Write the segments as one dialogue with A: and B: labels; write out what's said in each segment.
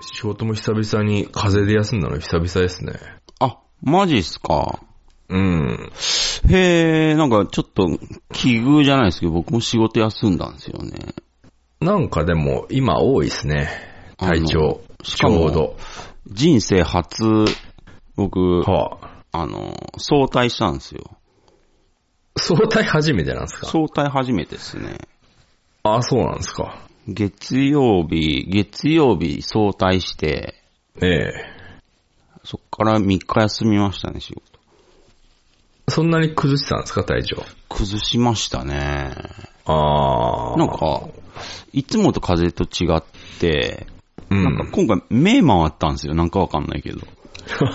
A: 仕事も久々に風邪で休んだの久々ですね。
B: あ、マジっすか。
A: うん。
B: へえ、なんかちょっと奇遇じゃないですけど、僕も仕事休んだんですよね。
A: なんかでも、今多いですね。体調。
B: し
A: ち
B: かも
A: ょうど。
B: 人生初、僕、
A: はあ、
B: あの、早退したんですよ。
A: 相対初めてなんですか
B: 早退初めてですね。
A: ああ、そうなんですか。
B: 月曜日、月曜日早退して、
A: ええ。
B: そっから3日休みましたね、仕事。
A: そんなに崩してたんですか、体調。
B: 崩しましたね。
A: ああ。
B: なん、か、いつもと風邪と違って、
A: うん。
B: なんか今回目回ったんですよ。なんかわかんないけど。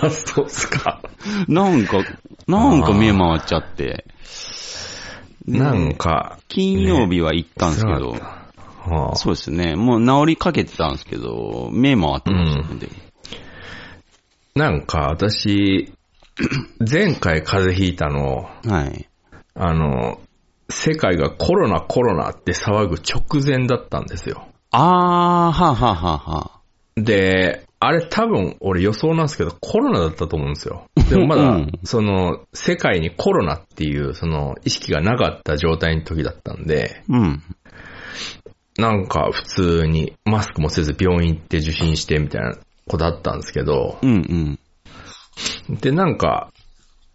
A: あ そうっすか。
B: なんか、なんか目回っちゃって。で
A: なんか、
B: 金曜日は行ったんですけど、
A: 辛かったはあ、
B: そうですね。もう治りかけてたんですけど、目回ってましたね。
A: なんか、私、前回風邪ひいたの、
B: はい。
A: あの、世界がコロナコロナって騒ぐ直前だったんですよ。
B: あー、はあはあはあはあ
A: で、あれ多分俺予想なんですけどコロナだったと思うんですよ。で もまだ、
B: うん
A: その世界にコロナっていうその意識がなかった状態の時だったんで、
B: うん。
A: なんか普通にマスクもせず病院行って受診してみたいな子だったんですけど、
B: うんうん。
A: でなんか、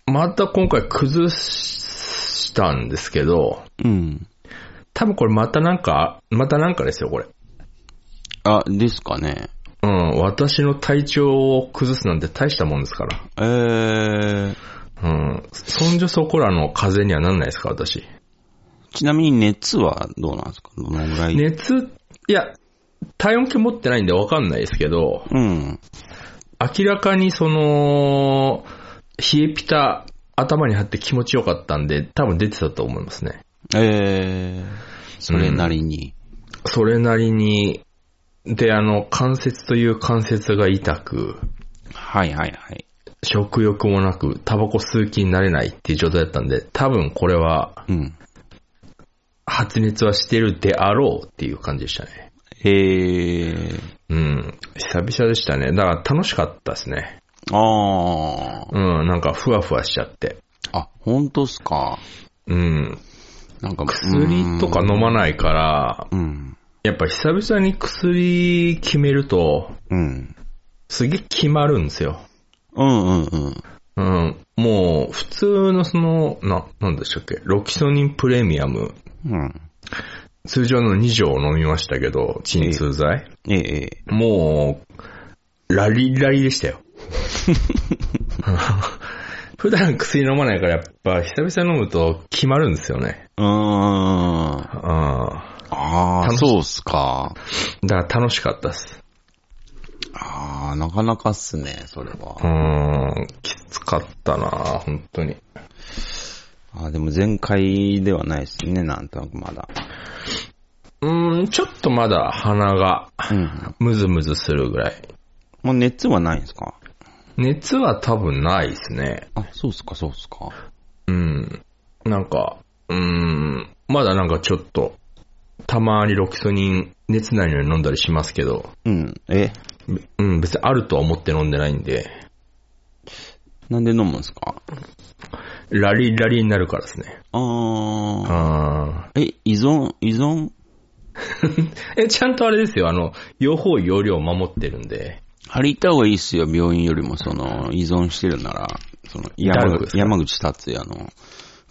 A: また今回崩したんですけど、
B: うん。
A: 多分これまたなんか、またなんかですよ、これ。
B: あ、ですかね。
A: うん、私の体調を崩すなんて大したもんですから。
B: えー、
A: うん。そんじょそこらの風邪にはなんないですか、私。
B: ちなみに熱はどうなんですかどのぐらい、
A: 熱、いや、体温計持ってないんでわかんないですけど、
B: うん。
A: 明らかにその、冷えピタ頭に張って気持ちよかったんで、多分出てたと思いますね。
B: えー、それなりに。
A: それなりに、で、あの、関節という関節が痛く、
B: はいはいはい。
A: 食欲もなく、タバコ吸う気になれないっていう状態だったんで、多分これは、
B: うん。
A: 発熱はしてるであろうっていう感じでしたね。
B: えー、
A: うん。久々でしたね。だから楽しかったですね。
B: あー。
A: うん。なんかふわふわしちゃって。
B: あ、本当っすか。
A: うん。
B: なんか、
A: 薬とか飲まないから、
B: うん。
A: やっぱ久々に薬決めると、
B: うん。
A: すげえ決まるんですよ。
B: うんうんうん。
A: うん。もう、普通のその、な、なんでしたっけ、ロキソニンプレミアム、
B: うん。
A: 通常の2錠を飲みましたけど、鎮痛剤。
B: ええ、
A: もう、ラリラリでしたよ。普段薬飲まないからやっぱ久々飲むと決まるんですよね。
B: うーん。
A: う
B: あ
A: ん。だ
B: あ
A: 楽し
B: ー、そうっすか。
A: から楽しかったっす。
B: ああ、なかなかっすね、それ
A: う
B: は。
A: ん、きつかったな本当に。
B: あーでも前回ではないですね、なんとなくまだ。
A: うん、ちょっとまだ鼻が
B: うん。
A: ムズムズするぐらい。
B: もう熱はないんですか
A: 熱は多分ないですね。
B: あ、そうっすか、そうっすか。
A: うん。なんか、うん、まだなんかちょっと、たまにロキソニン熱ないのに飲んだりしますけど、
B: うん。え、
A: べうん、別にあるとは思って飲んでないんで、
B: なんで飲むんすか
A: ラリラリになるからですね。
B: あー。
A: あ
B: え、依存、依存
A: ーえ、ちゃんとあれですよ、あの、用法用量を守ってるんで、
B: 張りた方がいいっすよ、病院よりも、その、依存してるなら、その、
A: ダ
B: 山
A: ルクっす
B: 口
A: か
B: 山口達也の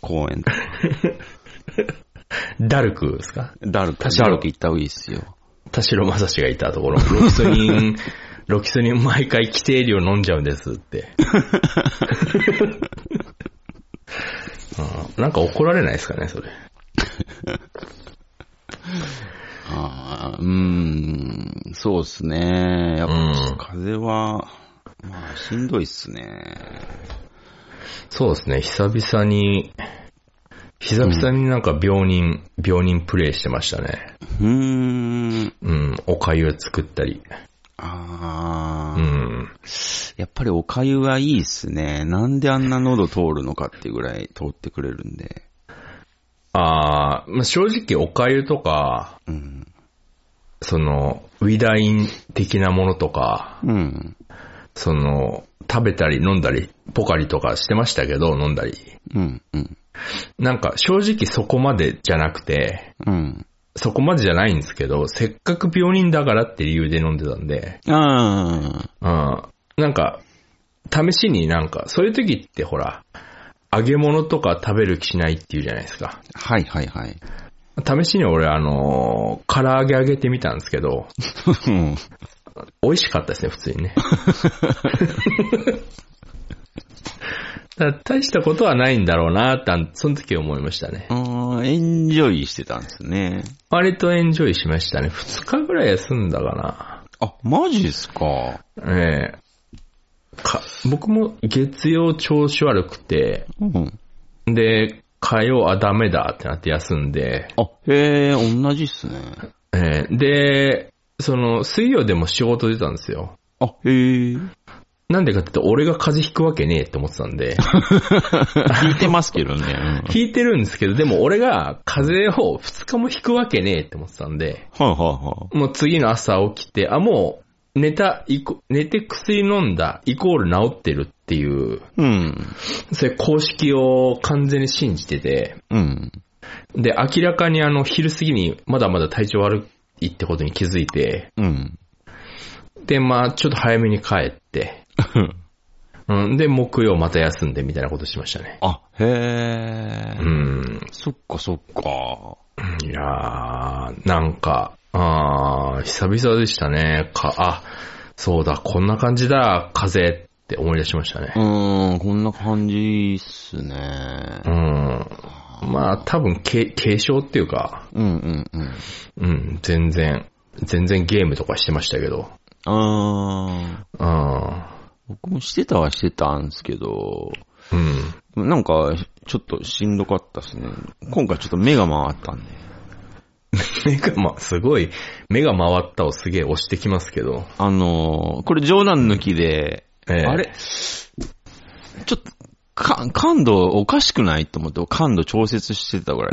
B: 公演とか。
A: ダルクですか
B: ダルク、
A: 確か
B: ダ
A: に
B: ルク行った方がいいっすよ。
A: 田代正史がいたところ、ロキソニン、ロキソニン毎回規定量飲んじゃうんですって。あーなんか怒られないですかね、それ。
B: ああ、うーん、そうっすね。やっ
A: うん
B: ぱ、風は、まあ、しんどいっすね。
A: そうですね、久々に、久々になんか病人、病人プレイしてましたね。
B: うーん、
A: うん、お粥を作ったり。
B: あ
A: う
B: あ、
A: ん。
B: やっぱりおかゆはいいっすね。なんであんな喉通るのかっていうぐらい通ってくれるんで。
A: ああ、まあ、正直お粥とか、
B: うん、
A: その、ウィダイン的なものとか、
B: うん。
A: その、食べたり飲んだり、ポカリとかしてましたけど、飲んだり。
B: うん。うん。
A: なんか正直そこまでじゃなくて、
B: うん。
A: そこまでじゃないんですけど、せっかく病人だからって理由で飲んでたんで、
B: あ
A: うん。なんか、試しになんか、そういう時ってほら、揚げ物とか食べる気しないっていうじゃないですか。
B: あ。はいはいはい。
A: 試しに俺あのー唐揚げ揚げてみたんですけど、
B: うん
A: 美味しかったですね、普通にね。 だから大したことはないんだろうなって、その時思いましたね。
B: あーエンジョイしてたんですね。
A: 割とエンジョイしましたね。二日ぐらい休んだか
B: あ、マジっすか。
A: な。ええか僕も月曜調子悪くて、
B: うん。
A: で、火曜はダメだってなって休んで、
B: あ、へえ、同じっすね。
A: ええで、その、水曜でも仕事出たんですよ。
B: あ、へえ。
A: なんでかって言うと、俺が風邪ひくわけねえって思ってたんで、
B: 聞いてますけどね。
A: 引いてるんですけど、でも俺が風邪を2日も引くわけねえって思ってたんで、
B: はいはいは
A: もう次の朝起きて、あ、もう寝た、イコ寝て薬飲んだ、イコール治ってるっていう、
B: い。うん。
A: そういう公式を完全に信じてて、
B: うん。
A: で、明らかにあの、昼過ぎにまだまだ体調悪いってことに気づいて、
B: うん。
A: で、まあちょっと早めに帰って、うん、で、木曜また休んでみたいなことしましたね。
B: あ、へ
A: う
B: え。
A: ん、
B: そっかそっか。
A: いやー、なんか、あー、久々でしたね。か、あ、そうだ、こんな感じだ、風邪って思い出しましたね
B: う。ーん、こんな感じっすね
A: う。ん。まあ、多分、け軽症っていうか、
B: うんうんうん。
A: うん、全然、全然ゲームとかしてましたけど、
B: あー、
A: うん、
B: 僕もしてたはしてたんですけど、
A: うん。
B: なんか、ちょっとしんどかったっすね。今回ちょっと目が回ったんで。
A: 目が、ま、すごい、目が回ったをすげえ押してきますけど、
B: あのー、これ冗談抜きで、
A: ええ
B: あれちょっと、か、感度おかしくないと思って、感度調節してたぐらい。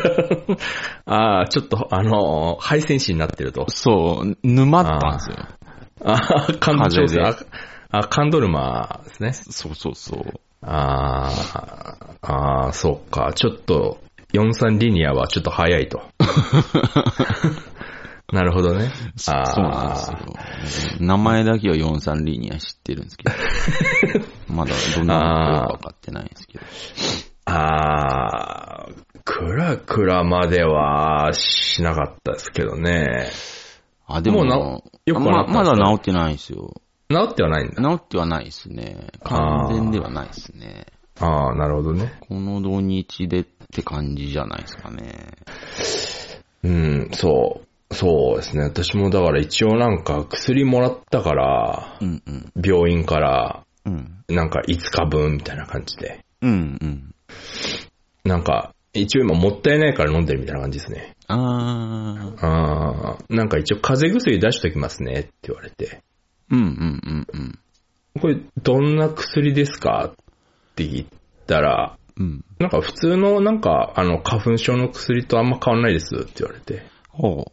A: あー、ちょっと、あのー、配線士になってると。
B: そう、沼ったんですよ。
A: あー、感動調
B: 風
A: 整、あ
B: 邪、
A: あカンドルマですね。
B: そうそうそう。
A: あー、あー、そうか。ちょっと、43リニアはちょっと早い と。なるほどね。
B: そ
A: あー
B: そうなんですよ。名前だけは43リニア知ってるんですけ ど。まだどんなのかよくわかってないんですけど。
A: あー、クラクラまではしなかったですけどね。
B: あ、で
A: も
B: も、
A: うなよくわかったんです
B: ま
A: か
B: まだ治ってないですよ。
A: 治ってはないんだ。
B: 治ってはないですね。完全ではないですね。
A: あー、なるほどね。
B: この土日でって感じじゃないですかね。
A: うん、そう。そうですね。私もだから一応なんか薬もらったから、
B: うんうん。
A: 病院から、
B: うん。
A: なんか5日分みたいな感じで。
B: うんうん。
A: なんか、一応今もったいないから飲んでるみたいな感じですね。
B: あー。
A: ああ、なんか一応風邪薬出しときますねって言われて。
B: うんうんうんうん。
A: これ、どんな薬ですかって言ったら、
B: うん。
A: なんか普通の、なんか、あの、花粉症の薬とあんま変わんないですって言われて。
B: ほ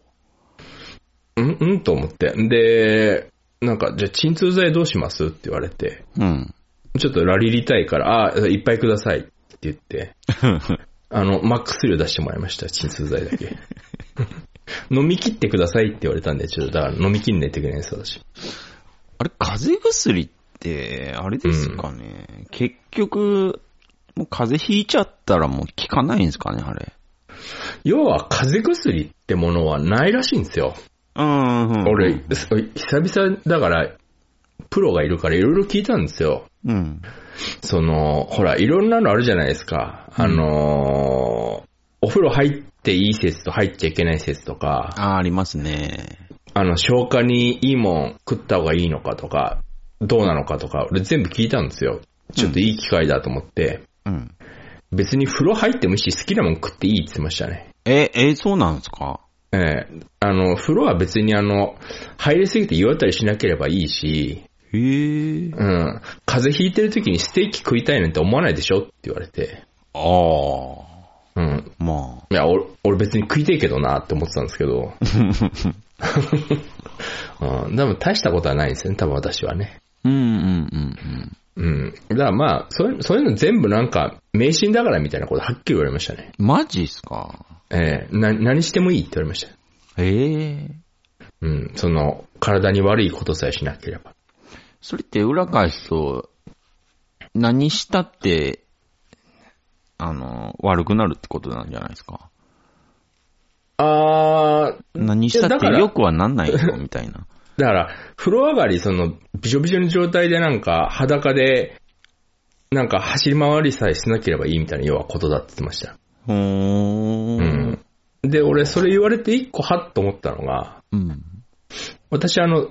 A: うんうんと思って。で、なんか、じゃあ鎮痛剤どうしますって言われて。
B: う。 うん。
A: ちょっとラリリたいから、あーいっぱいくださいって言って。あの、マックス量出してもらいました、鎮痛剤だけ。 飲み切ってくださいって言われたんで、ちょっとだから飲み切んないといけないです、私。
B: あれ、風邪薬って、あれですかね。結局、もう風邪ひいちゃったらもう効かないんですかね、あれ。
A: 要は風邪薬ってものはないらしいんですよ。
B: うん、うん。
A: 俺、す久々だから、プロがいるからいろいろ聞いたんですよ。
B: うん。
A: その、ほら、いろんなのあるじゃないですか。あのーお風呂入っていい説と入っちゃいけない説とか、
B: あー、ありますね。
A: あの、消化にいいもん食った方がいいのかとか、どうなのかとか、俺全部聞いたんですよ。ちょっといい機会だと思って、
B: うん。
A: 別に風呂入ってもいいし、好きなもん食っていいって言ってましたね。
B: え、え、そうなんですか
A: ええあの、風呂は別にあの、入りすぎて言われたりしなければいいし、
B: へ
A: う
B: え。
A: ん、風邪ひいてる時にステーキ食いたいなんて思わないでしょって言われて、
B: ああ。
A: うん。
B: まあ。
A: いや、俺、俺別に食いてえけどなって思ってたんですけど、うん。でも大したことはないですね、多分私はね。
B: うんうんうん
A: うん。だからまあ、そういう、そういうの全部なんか、迷信だからみたいなことはっきり言われましたね。
B: うん。マジっすか
A: ええな、何してもいいって言われました。
B: ええ
A: うん。その、体に悪いことさえしなければ。
B: それって裏返すと、何したって、あの、悪くなるってことなんじゃないですか。
A: あー、
B: 何した
A: いや
B: っ
A: だ
B: て
A: から
B: 良くはなんないよ、みたい な。
A: だから、風呂上がり、その、びしょびしょの状態でなんか、裸で、なんか走り回りさえしなければいいみたいな、要はことだって言ってました。
B: ほー
A: うんん。。で、俺、それ言われて一個はっと思ったのが、
B: うん。
A: 私、あの、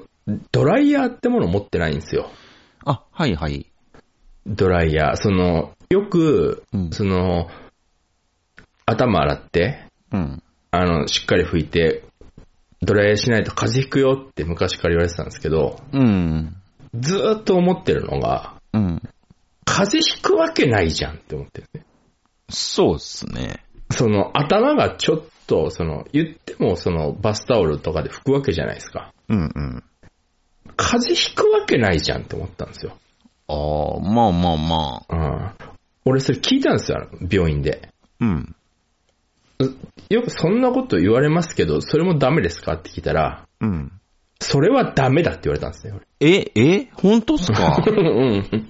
A: ドライヤーってもの持ってないんですよ。
B: あ、はいはい。
A: ドライヤー。その、よく、
B: うん
A: その、頭洗って、
B: うん。
A: あの、しっかり拭いて、ドライヤーしないと風邪ひくよって昔から言われてたんですけど、
B: うん。
A: ずーっと思ってるのが、
B: うん。
A: 風邪ひくわけないじゃんって思ってるね。
B: そうっすね。
A: その、頭がちょっと、その、言っても、その、バスタオルとかで拭くわけじゃないですか。
B: うんうん。
A: 風邪ひくわけないじゃんって思ったんですよ。
B: ああ、まあまあまあ。
A: うん。俺それ聞いたんですよ、あの病院で。
B: うん。
A: よくそんなこと言われますけど、それもダメですかって聞いたら、
B: うん。
A: それはダメだって言われたんですね、
B: え、え本当っ すか
A: 俺。うん。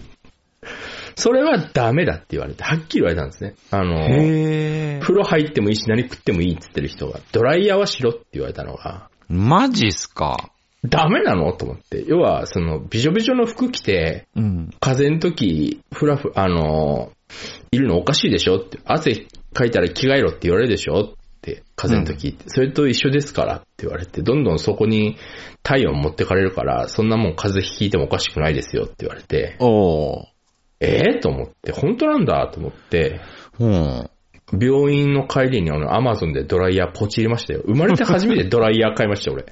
A: それはダメだって言われて、はっきり言われたんですね。あの、
B: へえ。
A: 風呂入ってもいいし、何食ってもいいって言ってる人が、ドライヤーはしろって言われたのが、
B: マジっすか
A: ダメなのと思って。要は、その、びしょびしょの服着て、
B: うん。
A: 風邪の時、ふらふ、あのー、いるのおかしいでしょって、汗かいたら着替えろって言われるでしょって、風邪の時って、それと一緒ですからって言われて、どんどんそこに体温持ってかれるから、そんなもん風邪ひいてもおかしくないですよって言われて、
B: おー。
A: ええと思って、本当なんだと思って、
B: うん。
A: 病院の帰りにあの、アマゾンでドライヤーポチりましたよ。生まれて初めてドライヤー買いました、俺。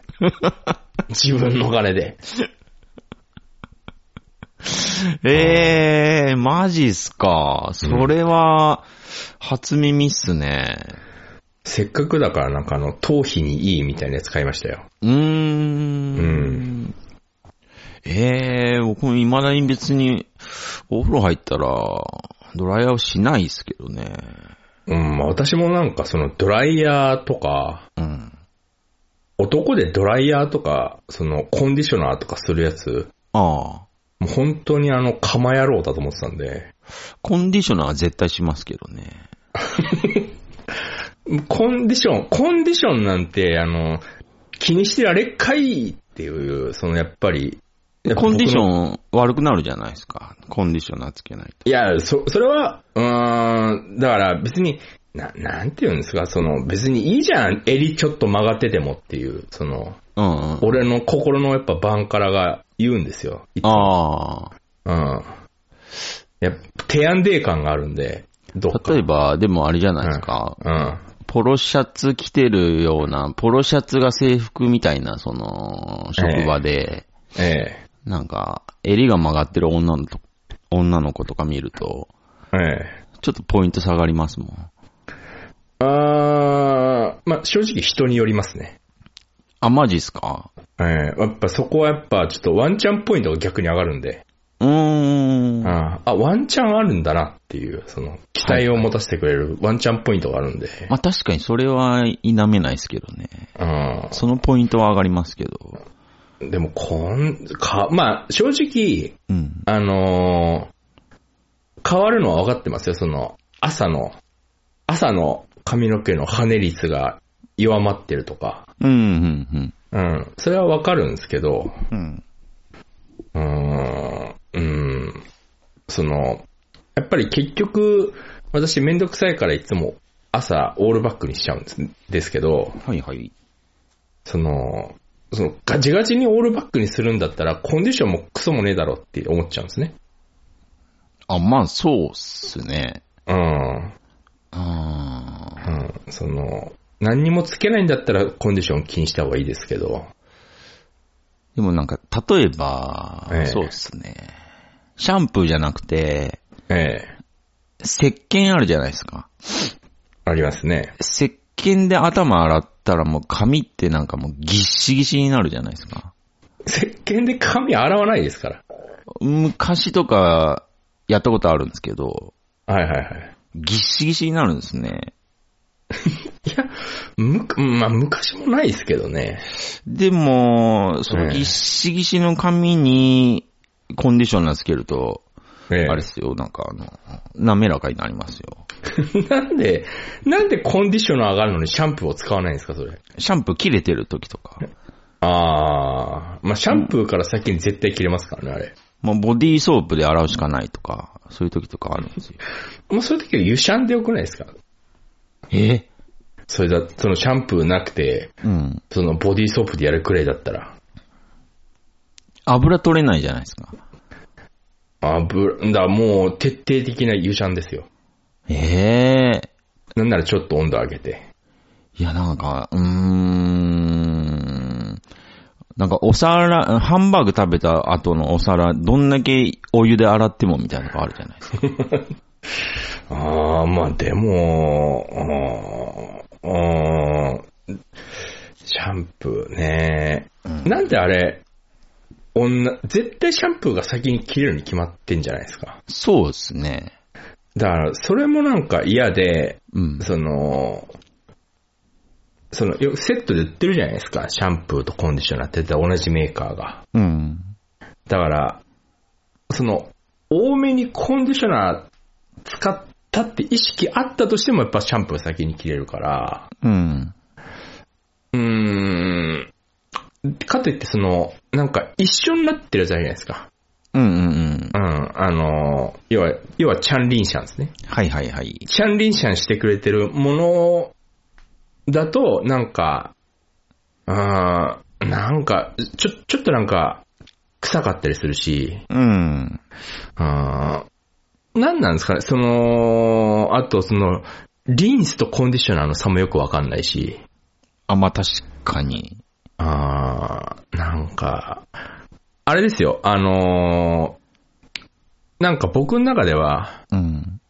A: 自分の金で。
B: ええー、マジっすか。それは、初耳っすね。
A: せっかくだからなんかあの、頭皮にいいみたいなやつ買いましたよ。
B: うーん。
A: うん
B: ええー、僕も未だに別に、お風呂入ったら、ドライヤーをしないっすけどね。
A: うん、まあ私もなんかそのドライヤーとか、
B: うん。
A: 男でドライヤーとか、そのコンディショナーとかするやつ、
B: あ
A: もう本当にあの、釜野郎だと思ってたんで、
B: あ。コンディショナーは絶対しますけどね。
A: コンディション、コンディションなんて、あの、気にしてられっかいっていう、そのやっぱり、やっぱ
B: コンディショ
A: 僕の
B: ン悪くなるじゃないですか。コンディショナーつけないと。
A: いや、そ、それは、うーん、だから別に、な、なんて言うんですか、その、別にいいじゃん、襟ちょっと曲がっててもっていう、その、
B: うん、うん。
A: 俺の心のやっぱバンカラが言うんですよ。いつも
B: ああ。
A: うん。やっぱ、提案デー感があるんで、どっか。
B: 例えば、でもあれじゃないですか。
A: うん。
B: ポロシャツ着てるような、ポロシャツが制服みたいな、その、職場で、
A: え
B: なんか、襟が曲がってる女の子女の子とか見ると、
A: え。ええ。
B: ちょっとポイント下がりますもん。
A: あー、まあ、正直人によりますね。
B: あ、マジっすか
A: ええ、やっぱそこはやっぱちょっとワンチャンポイントが逆に上がるんで、
B: うーん。
A: ああ、ワンチャンあるんだなっていう、その、期待を持たせてくれるワンチャンポイントがあるんで、
B: まあ確かにそれは否めないですけどね。そのポイントは上がりますけど。
A: うん。でも、こん、か、まあ、正直、
B: うん。
A: あのー変わるのは分かってますよ、その、朝の、朝の髪の毛の跳ね率が弱まってるとか、
B: うん、うん、
A: うん、それは分かるんですけど、
B: うん。うん。
A: うーん、うん、その、やっぱり結局、私めんどくさいからいつも朝オールバックにしちゃうんですですけど、
B: はいはい。
A: その、そのガチガチにオールバックにするんだったらコンディションもクソもねえだろって思っちゃうんですね。
B: あ、まあそうっすね。
A: うん。
B: あー
A: うん。その、何にもつけないんだったらコンディション気にした方がいいですけど。
B: でもなんか、例えば、
A: ええ
B: そうっすね。シャンプーじゃなくて、
A: ええ。
B: 石鹸あるじゃないですか。
A: ありますね。
B: 石鹸で頭洗ったらもう髪ってなんかもうぎっしぎしになるじゃないですか。
A: 石鹸で髪洗わないですから。
B: 昔とかやったことあるんですけど、
A: はいはいはい。
B: ぎっしぎしになるんですね。
A: いや、むく、まあ昔もないですけどね。
B: でも、そ
A: え
B: の
A: え
B: ぎっしぎしの髪にコンディショナーつけると、
A: ええ
B: あれですよ、なんかあの、滑らかになりますよ。
A: なんで、なんでコンディショナー上がるのにシャンプーを使わないんですか、それ。
B: シャンプー切れてる時とか、
A: あー。まあ、シャンプーから先に絶対切れますからね、あれ。
B: もうボディーソープで洗うしかないとか、そういう時とかあるんですよ。
A: もうそういう時は湯シャンでよくないですか
B: え
A: それだ、そのシャンプーなくて、
B: うん。
A: そのボディーソープでやるくらいだったら。
B: 油取れないじゃないですか。
A: あぶ、だ、もう徹底的な湯シャンですよ。
B: ええ
A: なんならちょっと温度上げて。
B: いや、なんか、うーん。なんかお皿、ハンバーグ食べた後のお皿、どんだけお湯で洗ってもみたいなのがあるじゃないですか。
A: ああ、まあでも、うーん、うーんシャンプーね、なんであれ、女、絶対シャンプーが先に切れるに決まってんじゃないですか。
B: そうですね。
A: だから、それもなんか嫌で、
B: うん。
A: その、その、よくセットで売ってるじゃないですか。シャンプーとコンディショナーって同じメーカーが。
B: うん。
A: だから、その、多めにコンディショナー使ったって意識あったとしてもやっぱシャンプー先に切れるから、
B: うん。
A: うーん、かといってその、なんか一緒になってるやつあるじゃないですか。
B: うんうんうん
A: う。ん、あの、要は、要はチャンリンシャンですね。
B: はいはいはい。
A: チャンリンシャンしてくれてるものだと、なんか、うーん、なんか、ちょ、ちょっとなんか、臭かったりするし、
B: うん。
A: あー何なんですかねその、あとその、リンスとコンディショナーの差もよくわかんないし、
B: あ、まあ、確かに。
A: あーなんか、あれですよ、あのーなんか僕の中では、
B: うん。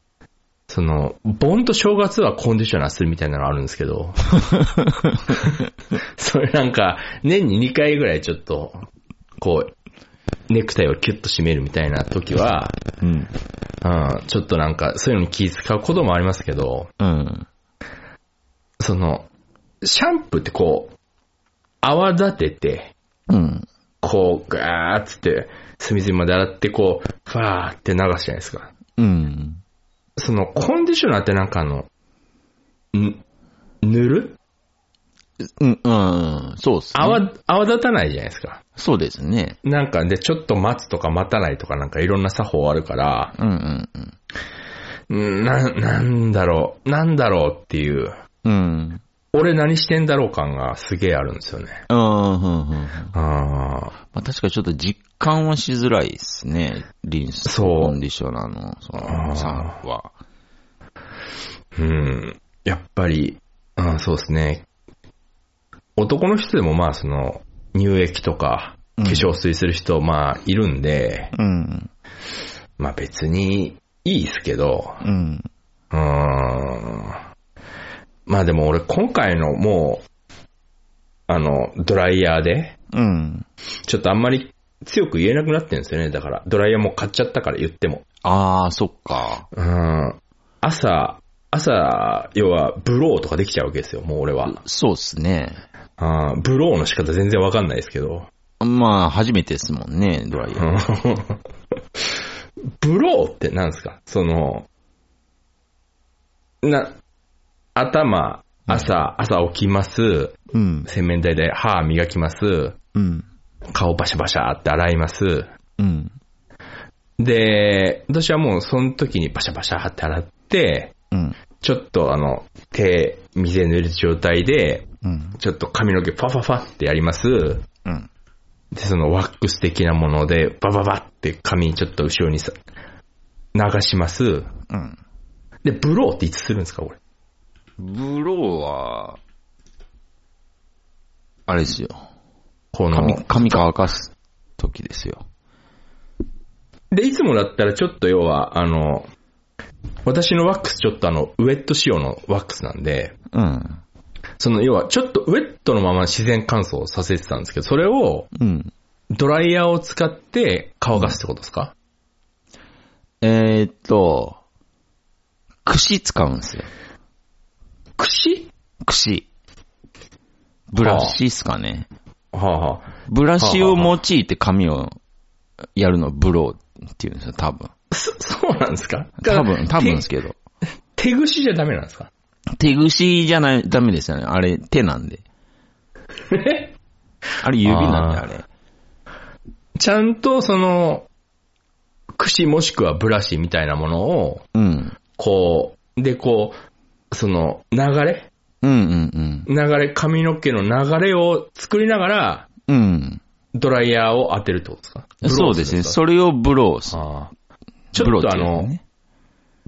A: その、盆と正月はコンディショナーするみたいなのあるんですけど、それなんか、年に2回ぐらいちょっと、こう、ネクタイをキュッと締めるみたいな時は、
B: うん。
A: うん、ちょっとなんか、そういうのに気使うこともありますけど、
B: うん。
A: その、シャンプーってこう、泡立てて、
B: うん。
A: こう、ガーッつって、隅々まで洗って、こう、ファーって流すじゃないですか。
B: うん。
A: その、コンディショナーってなんかあの、ん、塗る
B: うん、うん、そうっすね。
A: 泡、泡立たないじゃないですか。
B: そうですね。
A: なんか、で、ちょっと待つとか待たないとかなんかいろんな作法あるから、
B: うん、うん、うん。
A: うんな、なんだろう、なんだろうっていう、
B: うん。
A: 俺何してんだろう感がすげえあるんですよね。
B: うん、うん、うん。ま
A: ああ、
B: あ、確かにちょっと実感はしづらいですね。リンス。
A: そう
B: コンディショナーの、その、散布は。
A: うん。やっぱり、うん、そうですね。男の人でもまあその、乳液とか、化
B: うん
A: 粧水する人、まあいるんで、
B: うん、
A: まあ別にいいですけど、
B: うん。
A: うーん。まあでも俺今回のもう、あの、ドライヤーで、
B: うん。
A: ちょっとあんまり強く言えなくなってるんですよね。だから、ドライヤーも買っちゃったから言っても。
B: あー、そっか。
A: うん。朝、朝、要はブローとかできちゃうわけですよ、もう俺は。
B: そうっすね。
A: あーブローの仕方全然わかんないですけど。
B: まあ、初めてですもんね、ドライヤー。
A: ブローって何ですかその、な、頭、朝、朝起きます。
B: うん、
A: 洗面台で歯磨きます。
B: うん、
A: 顔バシャバシャって洗います。
B: うん、
A: で、私はもうその時にバシャバシャって洗って、
B: うん、
A: ちょっとあの、手、水で濡れる状態で、
B: うん、
A: ちょっと髪の毛パファファってやります。
B: うん、
A: で、そのワックス的なもので、バババって髪ちょっと後ろにさ、流します。
B: うん。
A: で、ブローっていつするんですか、これ。
B: ブローは、あれですよ。
A: この
B: 髪、、髪乾かす時ですよ。
A: で、いつもだったらちょっと要は、あの、私のワックスちょっとあの、ウェット仕様のワックスなんで、
B: うん。
A: その、要は、ちょっとウェットのまま自然乾燥させてたんですけど、それを、
B: うん。
A: ドライヤーを使って乾かすってことですか、
B: えー、っと、櫛使うんですよ。
A: 櫛
B: 櫛。ブラシっすかね。
A: はあはあ。
B: ブラシを用いて髪をやるのをブローっていうんですよ、多分。
A: そ、そうなんですか
B: 多分、多分です
A: 手
B: けど。
A: 手ぐしじゃダメなんです か
B: 手櫛じゃない、ダメですよね。あれ、手なんで。あれ、指なんで、
A: あ
B: あれ。
A: ちゃんと、その、櫛もしくはブラシみたいなものを、
B: うん。
A: こう、で、こう、その、流れ
B: うんう
A: 流
B: ん
A: れ、髪の毛の流れを作りながら、
B: うん。うん。
A: ドライヤーを当てるってことですか
B: そうです
A: ブローる
B: ね。
A: んか
B: それをブローす。
A: あーち
B: ブ
A: ょ
B: ロ
A: っと
B: ー
A: あ
B: て言うんです
A: の、
B: ね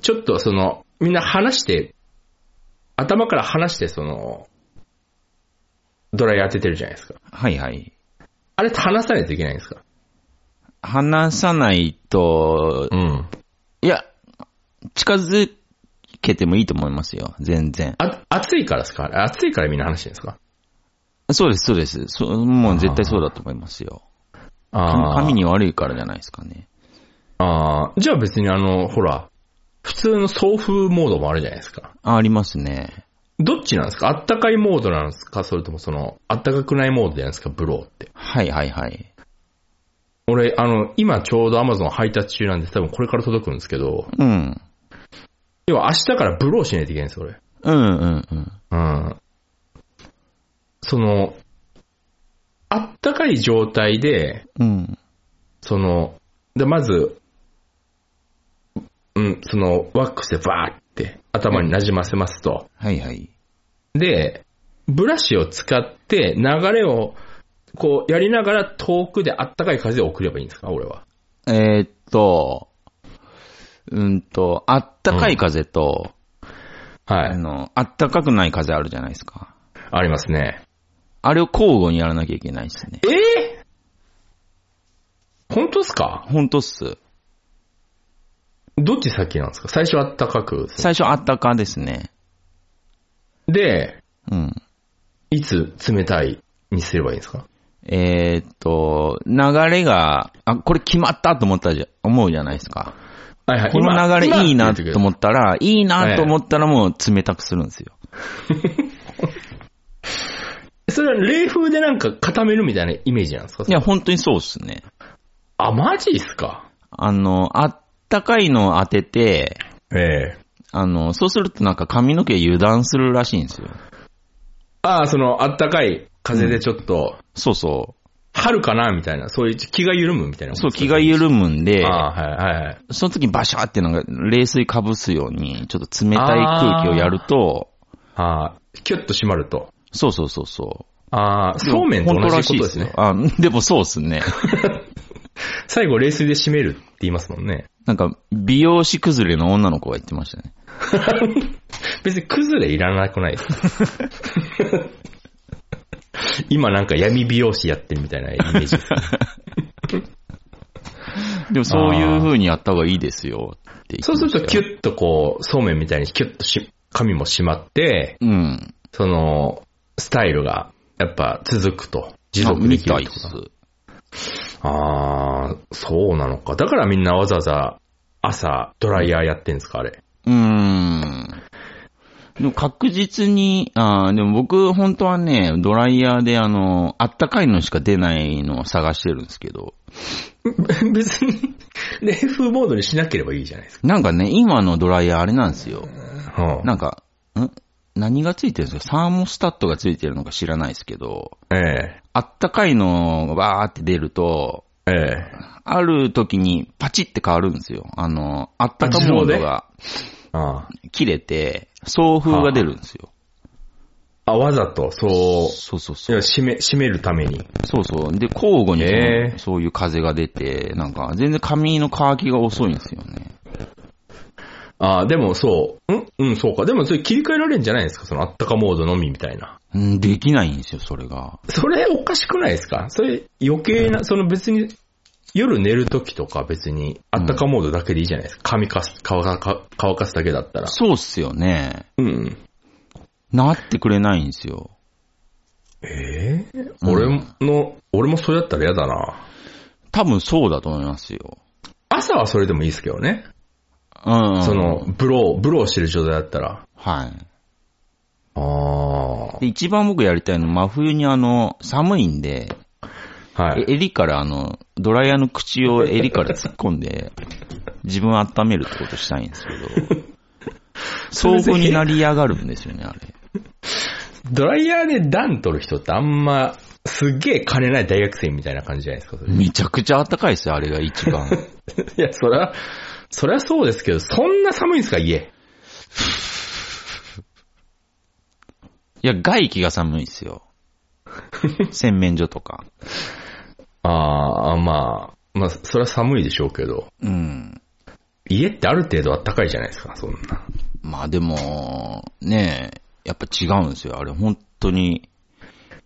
A: ちょっとその、みんな話して、頭から話して、その、ドライヤー当ててるじゃないですか。
B: はいはい。
A: あれ話さないといけないんですか
B: 話さないと、
A: うん。
B: いや、近づけてもいいと思いますよ。全然。
A: あ、暑いからですかあれ暑いからみんな話してるんですか
B: そうです、そうです。そもう絶対そうだと思いますよ。
A: あ
B: 髪
A: に。
B: に悪いからじゃないですかね。
A: あーじゃあ別にあの、ほら、普通の送風モードもあるじゃないですか。
B: あありますね。
A: どっちなんですかあったかいモードなんですかそれともその、あったかくないモードじゃないですかブローって。
B: はいはいはい。
A: 俺、あの、今ちょうど Amazon 配達中なんで多分これから届くんですけど、
B: うん。
A: 要は明日からブローしないといけないんです、俺。
B: うんうんうん。
A: うん。その、あったかい状態で、
B: うん。
A: その、で、まず、うん、その、ワックスでバーって頭になじませますと。
B: はいはい。
A: で、ブラシを使って流れを、こう、やりながら遠くであったかい風を送ればいいんですか俺は。
B: えーっと、うんと、あったかい風と、
A: は
B: あ
A: い。
B: の、あったかくない風あるじゃないですか。
A: ありますね。
B: あれを交互にやらなきゃいけないですね。
A: えー、本当ですか
B: ほんとっす。
A: どっち先なんですか最初あったかく。
B: 最初あったかですね。
A: で、
B: うん。
A: いつ冷たいにすればいいんですか
B: えーっと、流れが、あ、これ決まったと思ったじゃ、思うじゃないですか。
A: はいはい
B: この流れいいなと思
A: って。
B: ったら、いいなと思ったらもう冷たくするんですよ。
A: それは冷風でなんか固めるみたいなイメージなんですか
B: いや、本当にそうっすね。
A: あ、マジっすか
B: あの、あったかいのを当てて、
A: ええ
B: あの、そうするとなんか髪の毛油断するらしいんですよ。
A: ああ、その、あったかい風でちょっと、
B: そうそ
A: 春かなみたいな、そういう気が緩むみたいな
B: う。
A: こと
B: そう、
A: ですか
B: 気が緩むんで、
A: ああ、はい、はい、はい。
B: その時バシャーってなんか冷水かぶすように、ちょっと冷たい空気をやると、
A: ああ、キュッと締まると。
B: そうそうそうそう。
A: ああ、そうめんと同じことですね
B: 本。当らしいっすよあ、でもそうっすね。
A: 最後冷水で締めるって言いますもんね。
B: なんか、美容師崩れの女の子が言ってましたね。
A: 別に崩れいらなくない ですか今なんか闇美容師やってるみたいなイメージですね。
B: でもそういう風にやった方がいいですよって言って
A: そうするとキュ
B: ッ。
A: ッとこう、そうめんみたいにキュッとし、髪も締まって、
B: うん。
A: その、スタイルが、やっぱ続くと。持続で
B: み
A: きる
B: た
A: っ
B: い
A: て
B: っ
A: こ
B: す
A: と。あー、そうなのか。だからみんなわざわざ朝ドライヤーやってんですか、あれ。
B: うーん。でも確実に、あーでも僕本当はね、ドライヤーであの、あったかいのしか出ないのを探してるんですけど、
A: 別に、冷風モードにしなければいいじゃないです
B: なんかね、今のドライヤーあれなんですよ。
A: か。うん
B: なんか、ん何がついてるんですかサーモスタットがついてるのか知らないですけど、
A: え
B: あったかいのがバーって出ると、
A: え、ええ。
B: ある時にパチって変わるんですよ。あの、あったかモードが
A: あ
B: 切れて、送風が出るんですよ。
A: あ、わざと、そう、
B: そうそう
A: い
B: そ
A: や
B: う。
A: 締め、締めるために。
B: そうそう。で、交互にその、
A: えー
B: そういう風が出て、なんか、全然髪の乾きが遅いんですよね。
A: ああ、でもそう、んうん、そうか。でもそれ切り替えられるんじゃないですかそのあったかモードのみみたいな。
B: うん、できないんですよ、それが。
A: それおかしくないですかそれ余計な、その別に、夜寝るときとか別に、あったかモードだけでいいじゃないですか。髪かす、乾か、乾かすだけだったら。
B: そうっすよね。
A: うん。
B: なってくれないんですよ。
A: ええ
B: うん
A: 俺の、俺もそれだったら嫌だな。
B: 多分そうだと思いますよ。
A: 朝はそれでもいいですけどね。
B: うん。
A: その、、ブロー、ブローしてる状態だったら。
B: はい。
A: ああ。
B: で、一番僕やりたいの、真冬にあの、寒いんで、
A: は
B: え
A: い。
B: 襟からあの、ドライヤーの口を襟から突っ込んで、自分を温めるってことしたいんですけ ど、相互になりやがるんですよね、あれ。
A: ドライヤーで暖取る人ってあんま、すっげえ金ない大学生みたいな感じじゃないですか、それ。
B: めちゃくちゃ暖かいですよ、あれが一番。
A: いや、そりゃ、そりゃそうですけど、そんな寒いんですか、家。
B: いや、外気が寒いですよ。洗面所とか。
A: ああ、まあ、まあ、そりゃ寒いでしょうけど、
B: うん。
A: 家ってある程度あったかいじゃないですか、そんな。
B: まあでも、ねえ、やっぱ違うんですよ。あれ本当に、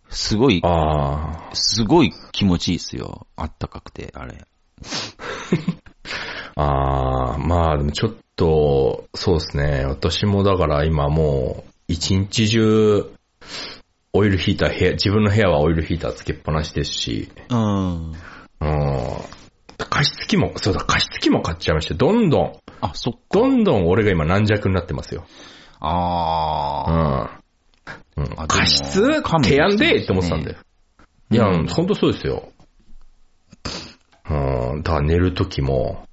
B: すごい、
A: あ
B: すごい気持ちいいですよ。あったかくて、あれ。
A: あ、ああ、まあ、でもちょっと、そうですね、私もだから今もう、一日中、オイルヒーター、部屋、自分の部屋はオイルヒーターつけっぱなしですし、
B: う
A: う
B: ん。
A: ん、加湿器も、そうだ、加湿器も買っちゃいました。どんどん、
B: あ、そっか。
A: どんどん俺が今軟弱になってますよ。
B: あ
A: うん。う
B: あ、
A: ん
B: あ
A: 加
B: で
A: 湿
B: も勘弁
A: 提案で
B: してほしいですね
A: って思ってたんだよ。いや、
B: うん
A: ほんとそうですよ。うん、だから寝るときも、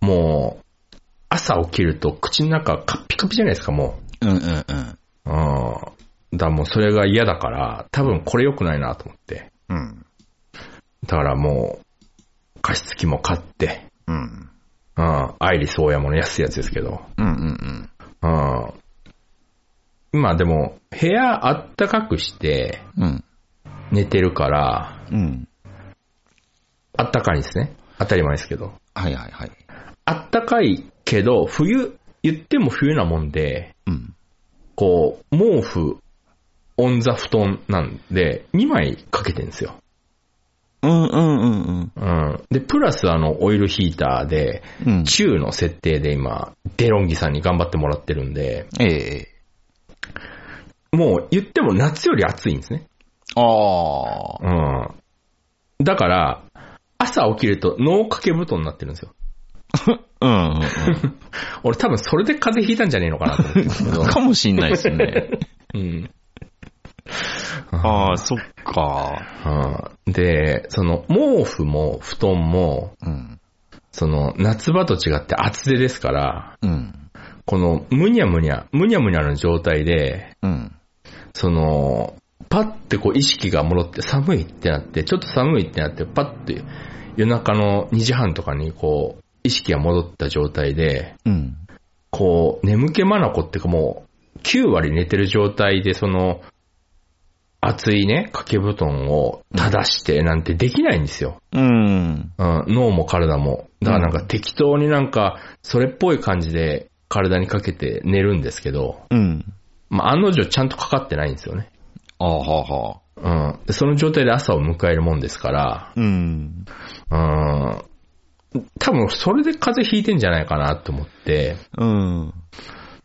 A: もう、朝起きると口の中カッピカピじゃないですか、も
B: うんうんうん。
A: う。うん。だからもうそれが嫌だから、多分これ良くないなと思って。
B: うん。
A: だからもう、加湿器も買って、
B: うん。
A: うん、アイリスオーヤマの安いやつですけど、
B: うんうん
A: うん。まあでも、部屋あったかくして
B: うん。うん。
A: 寝てるから、
B: うん。
A: あったかいんですね。当たり前ですけど。
B: はいはいはい。
A: あったかいけど、冬、言っても冬なもんで、
B: うん。
A: こう、毛布、オンザ布団なんで、2枚かけてんですよ。
B: うんうんうんうん。
A: うん。で、プラスあの、オイルヒーターで、
B: うん。
A: 中の設定で今、デロンギさんに頑張ってもらってるんで、
B: ええ。
A: もう言っても夏より暑いんですね。
B: ああ。
A: うん。だから、朝起きると脳掛け布団になってるんですよ。
B: うんうん
A: 俺多分それで風邪ひいたんじゃねえのかなと思ってるんですけ
B: う
A: ど
B: ん。。かもしんないですね。
A: うん。
B: ああ、そっか。
A: うんで、その、毛布も布団も、
B: うん。
A: その、夏場と違って厚手ですから、
B: うん。
A: この、むにゃむにゃ、むにゃむにゃの状態で、
B: うん。
A: その、パッてこう意識が戻って寒いってなって、ちょっと寒いってなって、パッて夜中の2時半とかにこう、意識が戻った状態で、
B: うん。
A: こう、眠気まなこってかもう、9割寝てる状態でその、熱いね、掛け布団を正してなんてできないんですよ。
B: うん。
A: うん、脳も体も。だからなんか適当になんか、それっぽい感じで体にかけて寝るんですけど、
B: うん。
A: まあ、案の定ちゃんとかかってないんですよね。
B: ああ、はあ、はあ。
A: うん。でその状態で朝を迎えるもんですから、
B: うん。
A: うん。多分それで風邪ひいてんじゃないかなと思って、
B: うん。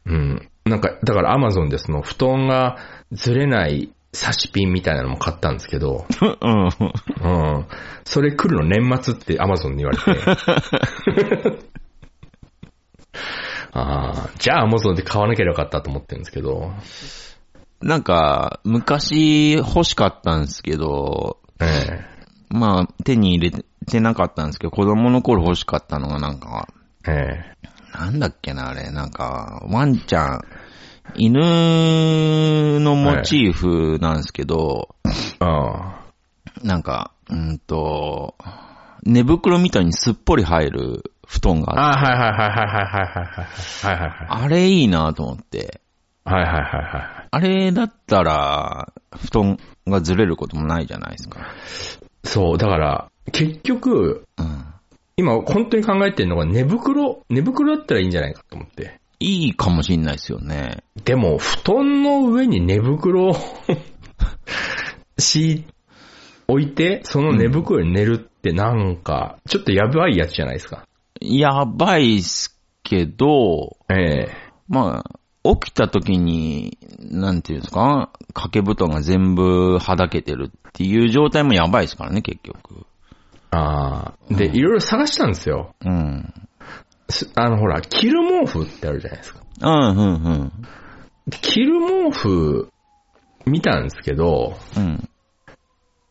A: うん。なんか、だからアマゾンでその布団がずれない差しピンみたいなのも買ったんですけど、
B: うん。
A: うん。それ来るの年末ってアマゾンに言われて。ああ、じゃあアマゾンで買わなきゃよかったと思ってるんですけど。
B: なんか、昔欲しかったんですけど、
A: え
B: まあ、手に入れてなかったんですけど、子供の頃欲しかったのがなんか、
A: え、え
B: なんだっけな、あれ。なんか、ワンちゃん、犬のモチーフなんですけど、
A: え、ああ、
B: なんか、うんと、寝袋みたいにすっぽり入る布団があって、
A: ああ、はいはいはいはいはいはいはい。
B: あれいいなと思って、
A: はいはいはい。はいはいはいはい。
B: あれだったら、布団がずれることもないじゃないですか。
A: そう、だから、結局、
B: うん。
A: 今本当に考えてるのが寝袋、寝袋だったらいいんじゃないかと思って。
B: いいかもしんないですよね。
A: でも、布団の上に寝袋を し、置いて、その寝袋に寝るってなんか、ちょっとやばいやつじゃないですか。
B: やばいっすけど、
A: ええ
B: まあ、起きた時に、なんていうんですか、掛け布団が全部はだけてるっていう状態もやばいですからね、結局。
A: ああ。で、いろいろ探したんですよ。
B: うん。
A: すあの、ほら、着る毛布ってあるじゃないですか。
B: うん、うん、うん。
A: 着る毛布、見たんですけど、
B: うん。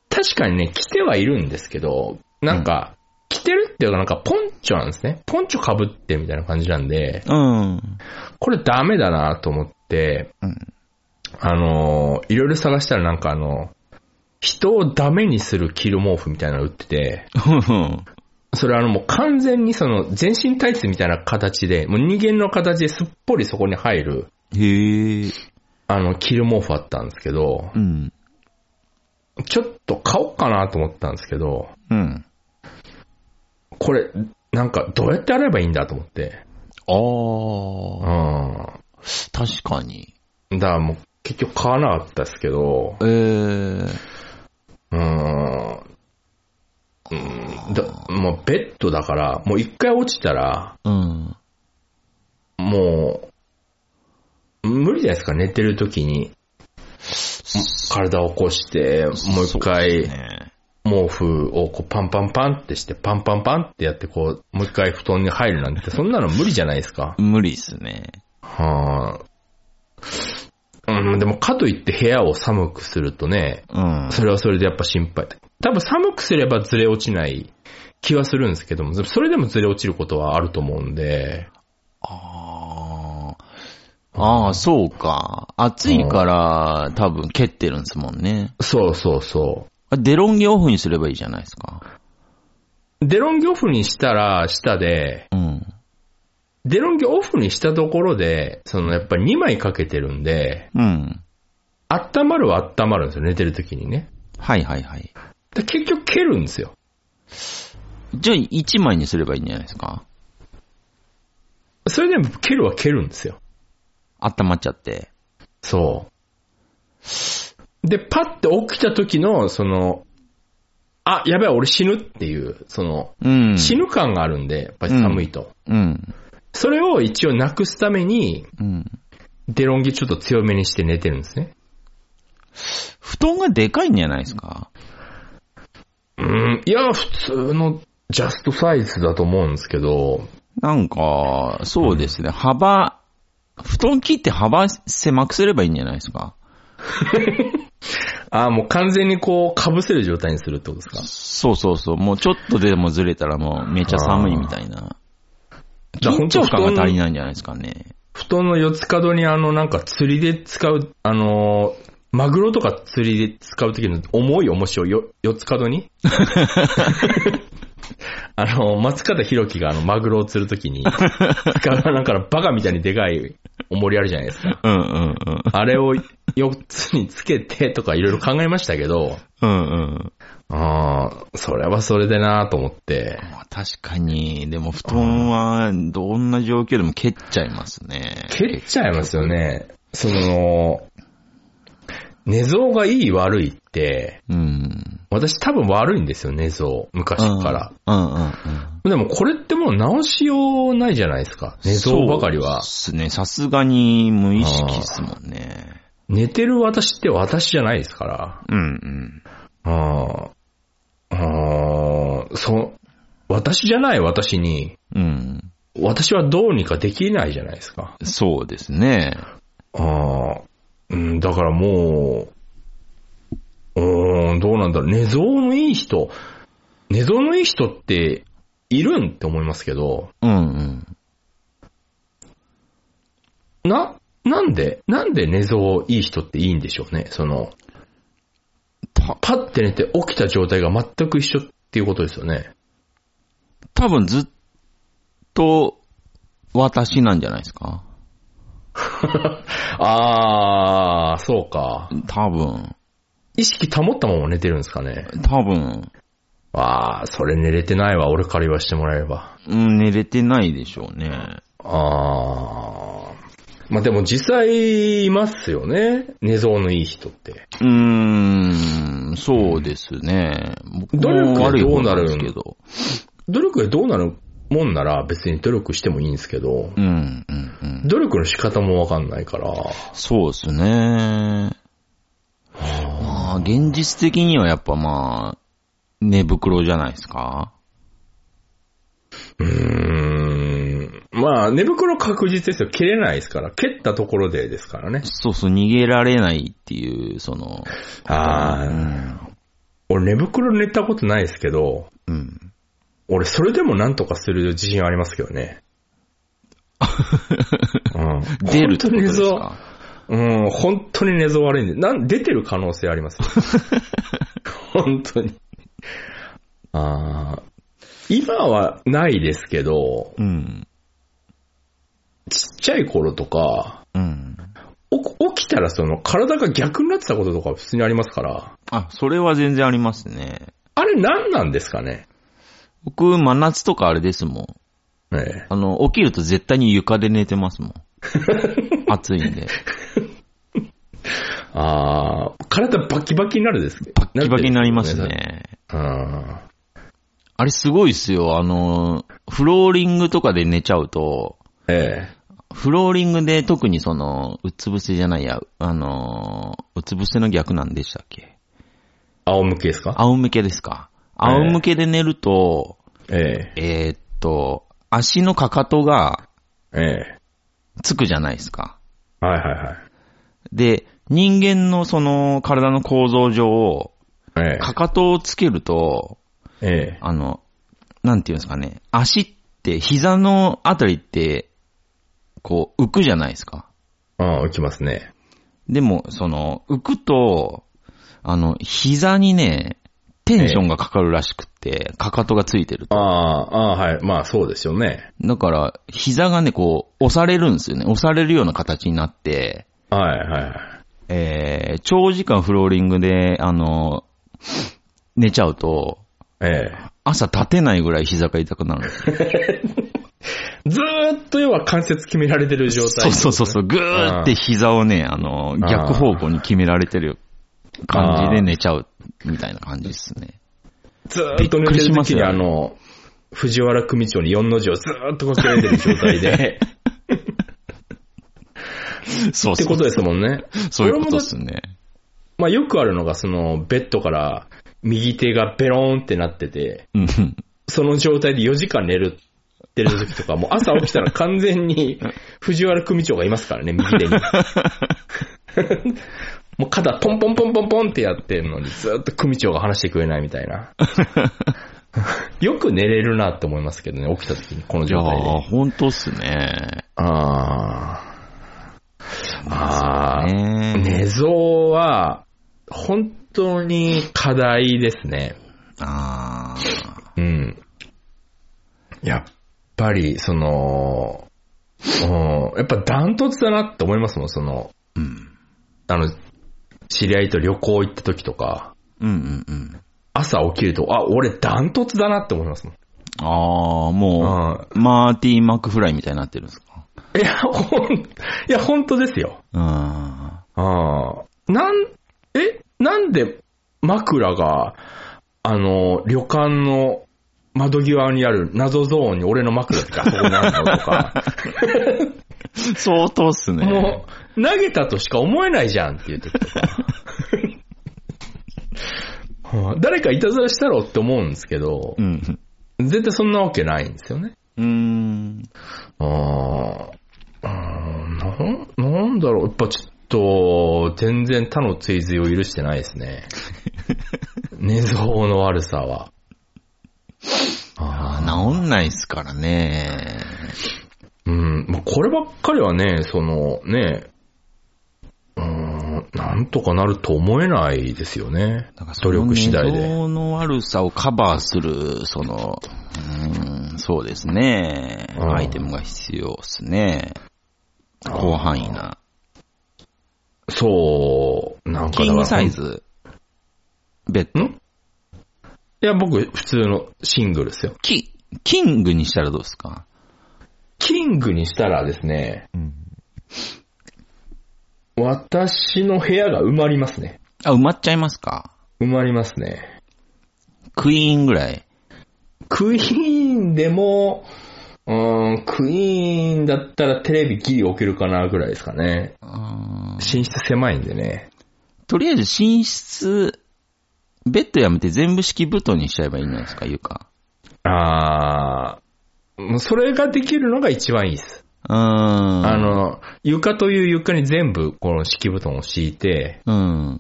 A: 確かにね、着てはいるんですけど、なんか、着てるっていうか、なんかポンチョなんですね。ポンチョ被ってみたいな感じなんで、
B: うん。
A: これダメだなと思って、
B: うん
A: あのーいろいろ探したらなんかあの、人をダメにする着る毛布みたいなの売ってて、
B: うん。
A: それあのもう完全にその全身タイツみたいな形で、もう人間の形ですっぽりそこに入る、
B: へえ。
A: あの、着る毛布あったんですけど
B: う、ん。
A: ちょっと買おうかなと思ったんですけど、
B: うん。
A: これ、なんかどうやって洗えばいいんだと思って。
B: ああ、
A: う
B: 確かに。
A: ん。だからもう結局買わなかったですけど、
B: ええー。
A: うーん。うん、だもうベッドだから、もう一回落ちたら、
B: うん。
A: もう、無理じゃないですか、寝てる時に。体を起こして、もう一回、
B: ね
A: 毛布をこうパンパンパンってして、パンパンパンってやって、こう、もう一回布団に入るなんて、そんなの無理じゃないですか。
B: 無理っすね。
A: はあ。うん、でもかといって部屋を寒くするとね、
B: うん。
A: それはそれでやっぱ心配。多分寒くすればずれ落ちない気はするんですけども、それでもずれ落ちることはあると思うんで、
B: ああ。ああ、そうか。暑いから、多分蹴ってるんですもんね。
A: そうそうそ
B: あデロンギオフにすればいいじゃないですか。
A: う。デロンギオフにしたら、下で、
B: うん。
A: デロンギオフにしたところで、そのやっぱり2枚かけてるんで、
B: うん。
A: 温まるは温まるんですよ、寝てる時にね。
B: はいはいはい。
A: で結局蹴るんですよ。
B: じゃあ、1枚にすればいいんじゃないですか。
A: それでも蹴るは蹴るんですよ。
B: 温まっちゃって。
A: そう。で、パッて起きた時の、その、あ、やばい、俺死ぬっていう、その、
B: うん。
A: 死ぬ感があるんで、やっぱり寒いと。
B: うん。
A: それを一応なくすために、
B: うん。
A: デロンギちょっと強めにして寝てるんですね。
B: 布団がでかいんじゃないですか。
A: うん、いや、普通のジャストサイズだと思うんですけど、
B: なんか、そうですね。幅、布団切って幅狭くすればいいんじゃないですか。
A: あもう完全にこう、被せる状態にするってことです
B: そうそうそう。もうちょっとでもずれたらもうめっちゃ寒いみたいな。
A: か
B: 緊張
A: だから本
B: 感
A: 当
B: が
A: 布
B: 足
A: 団
B: りないんじゃないですかね。
A: 布団の四つ角にあの、なんか釣りで使う、あのーマグロとか釣りで使う時の重い重しをよ四つ角に あの、松方弘樹があの、マグロを釣るときに、使うなんかバカみたいにでかい重りあるじゃないですか。
B: うんうんうん。
A: あれを四つにつけてとかいろいろ考えましたけど、
B: うんうん。
A: ああ、それはそれでなと思って、
B: まあ確かに、でも布団はどんな状況でも蹴っちゃいますね。
A: 蹴っちゃいますよね。その、寝相がいい悪いって、
B: うん。
A: 私多分悪いんですよ、寝相。昔から。
B: うんうんうん。
A: でもこれってもう直しようないじゃないですか。寝相ばかりは。
B: そうですね。さすがに無意識ですもんね。
A: 寝てる私って私じゃないですから。
B: うん
A: あーあーそう、私じゃない私に、
B: うん。うん。
A: 私はどうにかできないじゃないですか。
B: そうですね。
A: ああ、うん、だからもう、うーん、どうなんだろう。寝相のいい人、寝相のいい人っているんって思いますけど、
B: うんうん。
A: な、なんで、なんで寝相いい人っていいんでしょうね。その、
B: た、
A: パッて寝て起きた状態が全く一緒っていうことですよね。
B: 多分ずっと私なんじゃないですか。
A: あー、そうか。
B: 多分、
A: 意識保ったまま寝てるんですかね。
B: 多分、
A: あー、それ寝れてないわ。俺から言わせてもらえれば。
B: うん、寝れてないでしょうね。
A: あー。まあ、でも実際いますよね。寝相のいい人って。
B: うーん、そうですね。僕も
A: 努力は
B: 悪い
A: どう
B: 方
A: な
B: な
A: る
B: ん
A: ん
B: ですけど。
A: 努力でどうなるもんなら別に努力してもいいんですけど、
B: うん、うん、うん。
A: 努力の仕方もわかんないから、
B: そうですね。まあ、現実的にはやっぱまあ、寝袋じゃないですか
A: うーん。まあ、寝袋確実ですよ。蹴れないですから。蹴ったところでですからね。
B: そうそう、逃げられないっていう、その、う
A: ああ、
B: ん。
A: 俺寝袋寝たことないですけど、
B: うん。
A: 俺それでもなんとかする自信ありますけど ね。うん、
B: 出るって
A: 本当
B: ことです
A: に寝相
B: か
A: うん、本当に寝相悪いんで、なん、出てる可能性あります。 本当に。ああ、今はないですけど、
B: うん。
A: ちっちゃい頃とか、
B: うん。
A: お起きたらその体が逆になってたこととか普通にありますから、
B: あ、それは全然ありますね。
A: あれ何なんですかね
B: 僕、真夏とかあれですもん。
A: ええ
B: あの、起きると絶対に床で寝てます もん。暑いんで。
A: ああ、体バキバキになるです
B: バッキバキになります。ね。
A: うん。
B: あれすごいっすよ。あの、フローリングとかで寝ちゃうと、
A: え
B: フローリングで特にその、うつ伏せじゃないや、あの、うつ伏せの逆なんでしたっけ
A: え。仰向けですか
B: 仰向けです
A: え
B: か。
A: え
B: 仰向けで寝ると、
A: ええ。
B: えーっと、足のかかとが
A: ええ。
B: つくじゃないですか。
A: はいはい
B: で、人間のその体の構造上、
A: はい。え
B: かかとをつけると、
A: え。え
B: あの、なんていうんですかね、足って膝のあたりって、こう浮くじゃないですか。
A: え。ああ、浮きますね。
B: でも、その、浮くと、あの、膝にね、テンションがかかるらしくって、かかとがついてる
A: あ
B: と。
A: あ、ああ、はい。まあそうですよね。
B: だから、膝がね、こう、押されるんですよね。押されるような形になって、
A: はいはいはい。
B: えー、長時間フローリングで、あの、寝ちゃうと、
A: え
B: 朝立てないぐらい膝が痛くなるんですよ。
A: え。ずーっと要は関節決められてる状態。
B: そうそうそうそう、ぐーって膝をね、あの、逆方向に決められてる感じで寝ちゃう、みたいな感じですね。
A: ずーっと寝て
B: びっくりし
A: る
B: ます
A: 時に
B: よ
A: あの、藤原組長に4の字をずーっとかけられてる状態 で、
B: そう
A: って
B: そ
A: こ
B: う
A: と。ですもんね。
B: そういうこ
A: 俺も
B: と
A: だ
B: で
A: っ
B: すね。
A: まあよくあるのが、その、ベッドから右手がベローンってなってて、
B: うん
A: その状態で4時間寝るってる時とか、もう朝起きたら完全に藤原組長がいますからね、右手に。もう肩ポンポンポンポンポンってやってんのにずっと組長が話してくれないみたいな。よく寝れるなって思いますけどね、起きた時にこの
B: いや
A: 状態
B: ー、
A: で。
B: ほんとっすね。
A: あーあー。
B: ね
A: 寝相は、本当に課題ですね。
B: あ
A: うん。やっぱり、その、うん、やっぱダントツだなって思いますもん、その、
B: ーうん。
A: あの、知り合いと旅行行った時とか、
B: うんうんうん。
A: 朝起きると、あ、俺ダントツだなって思いますもん。
B: あー、も
A: うん。
B: う、マーティー・マックフライみたいになってるんですか。
A: いや、ほん、いや、本当ですよ。
B: あ
A: ああ。なん、え、なんで枕が、あの、旅館の窓際にある謎ゾーンに俺の枕ってかそこにあるのと か、
B: ー。相当っすね。
A: もう、投げたとしか思えないじゃんっていう時とか。 はあ誰かいたずらしたろって思うんですけど
B: う、ん。
A: 絶対そんなわけないんですよね。
B: うーん。
A: ああ、なん、なんだろう、やっぱちょっと、全然他の追随を許してないですね。寝相の悪さは。あ
B: あ治んないっすからね。
A: ーうん、まあ、こればっかりはね、その、ね、うーん、なんとかなると思えないですよね
B: だから。そ
A: 努
B: の
A: 力次第
B: 寝
A: で。
B: 相の悪さをカバーする、その、うーん、そうですね。
A: うん
B: アイテムが必要っすね。広範囲な。
A: そう、なんかだから
B: キングサイズ。ベッド。
A: んいや、僕、普通のシングルですよ。
B: キ、キングにしたらどうですか
A: キングにしたらですね、私の部屋が埋まりますね。
B: あ、埋まっちゃいますか
A: 埋まりますね。
B: クイーンぐらい。
A: クイーンでも、うーん、クイーンだったらテレビギリ置けるかなぐらいですかね。
B: あー
A: 寝室狭いんでね。
B: とりあえず寝室、ベッドやめて全部敷布団にしちゃえばいいんじゃないですか、床。
A: あー、もうそれができるのが一番いいです。
B: うーん。あ
A: あ、の、床という床に全部この敷布団を敷いて、
B: うん。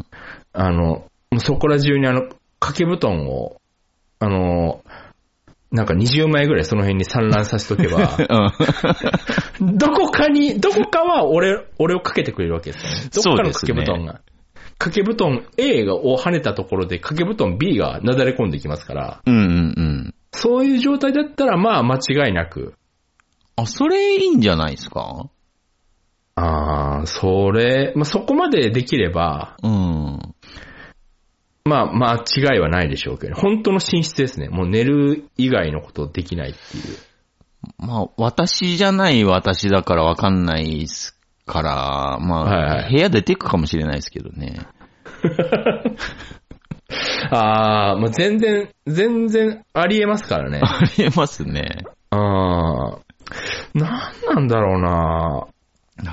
A: あの、もうそこら中にあの、掛け布団を、あの、なんか20枚ぐらいその辺に散乱させとけば、 どこかに、どこかは俺、俺をかけてくれるわけですよね。どこかの掛け布団が。掛け布団 A がを跳ねたところで掛け布団 B がなだれ込んできますから、
B: うんうんうん。
A: そういう状態だったらまあ間違いなく、
B: あ、それいいんじゃないですか
A: ああ、それ、まあそこまでできれば、
B: うん。
A: まあまあ違いはないでしょうけど、本当の寝室ですね。もう寝る以外のことできないっていう。
B: まあ、私じゃない私だからわかんないですから、まあ、
A: はいはい
B: 部屋出てくかもしれないですけどね。
A: ああ、もう全然、全然ありえますからね。
B: ありえますね。
A: ああ、なんなんだろうな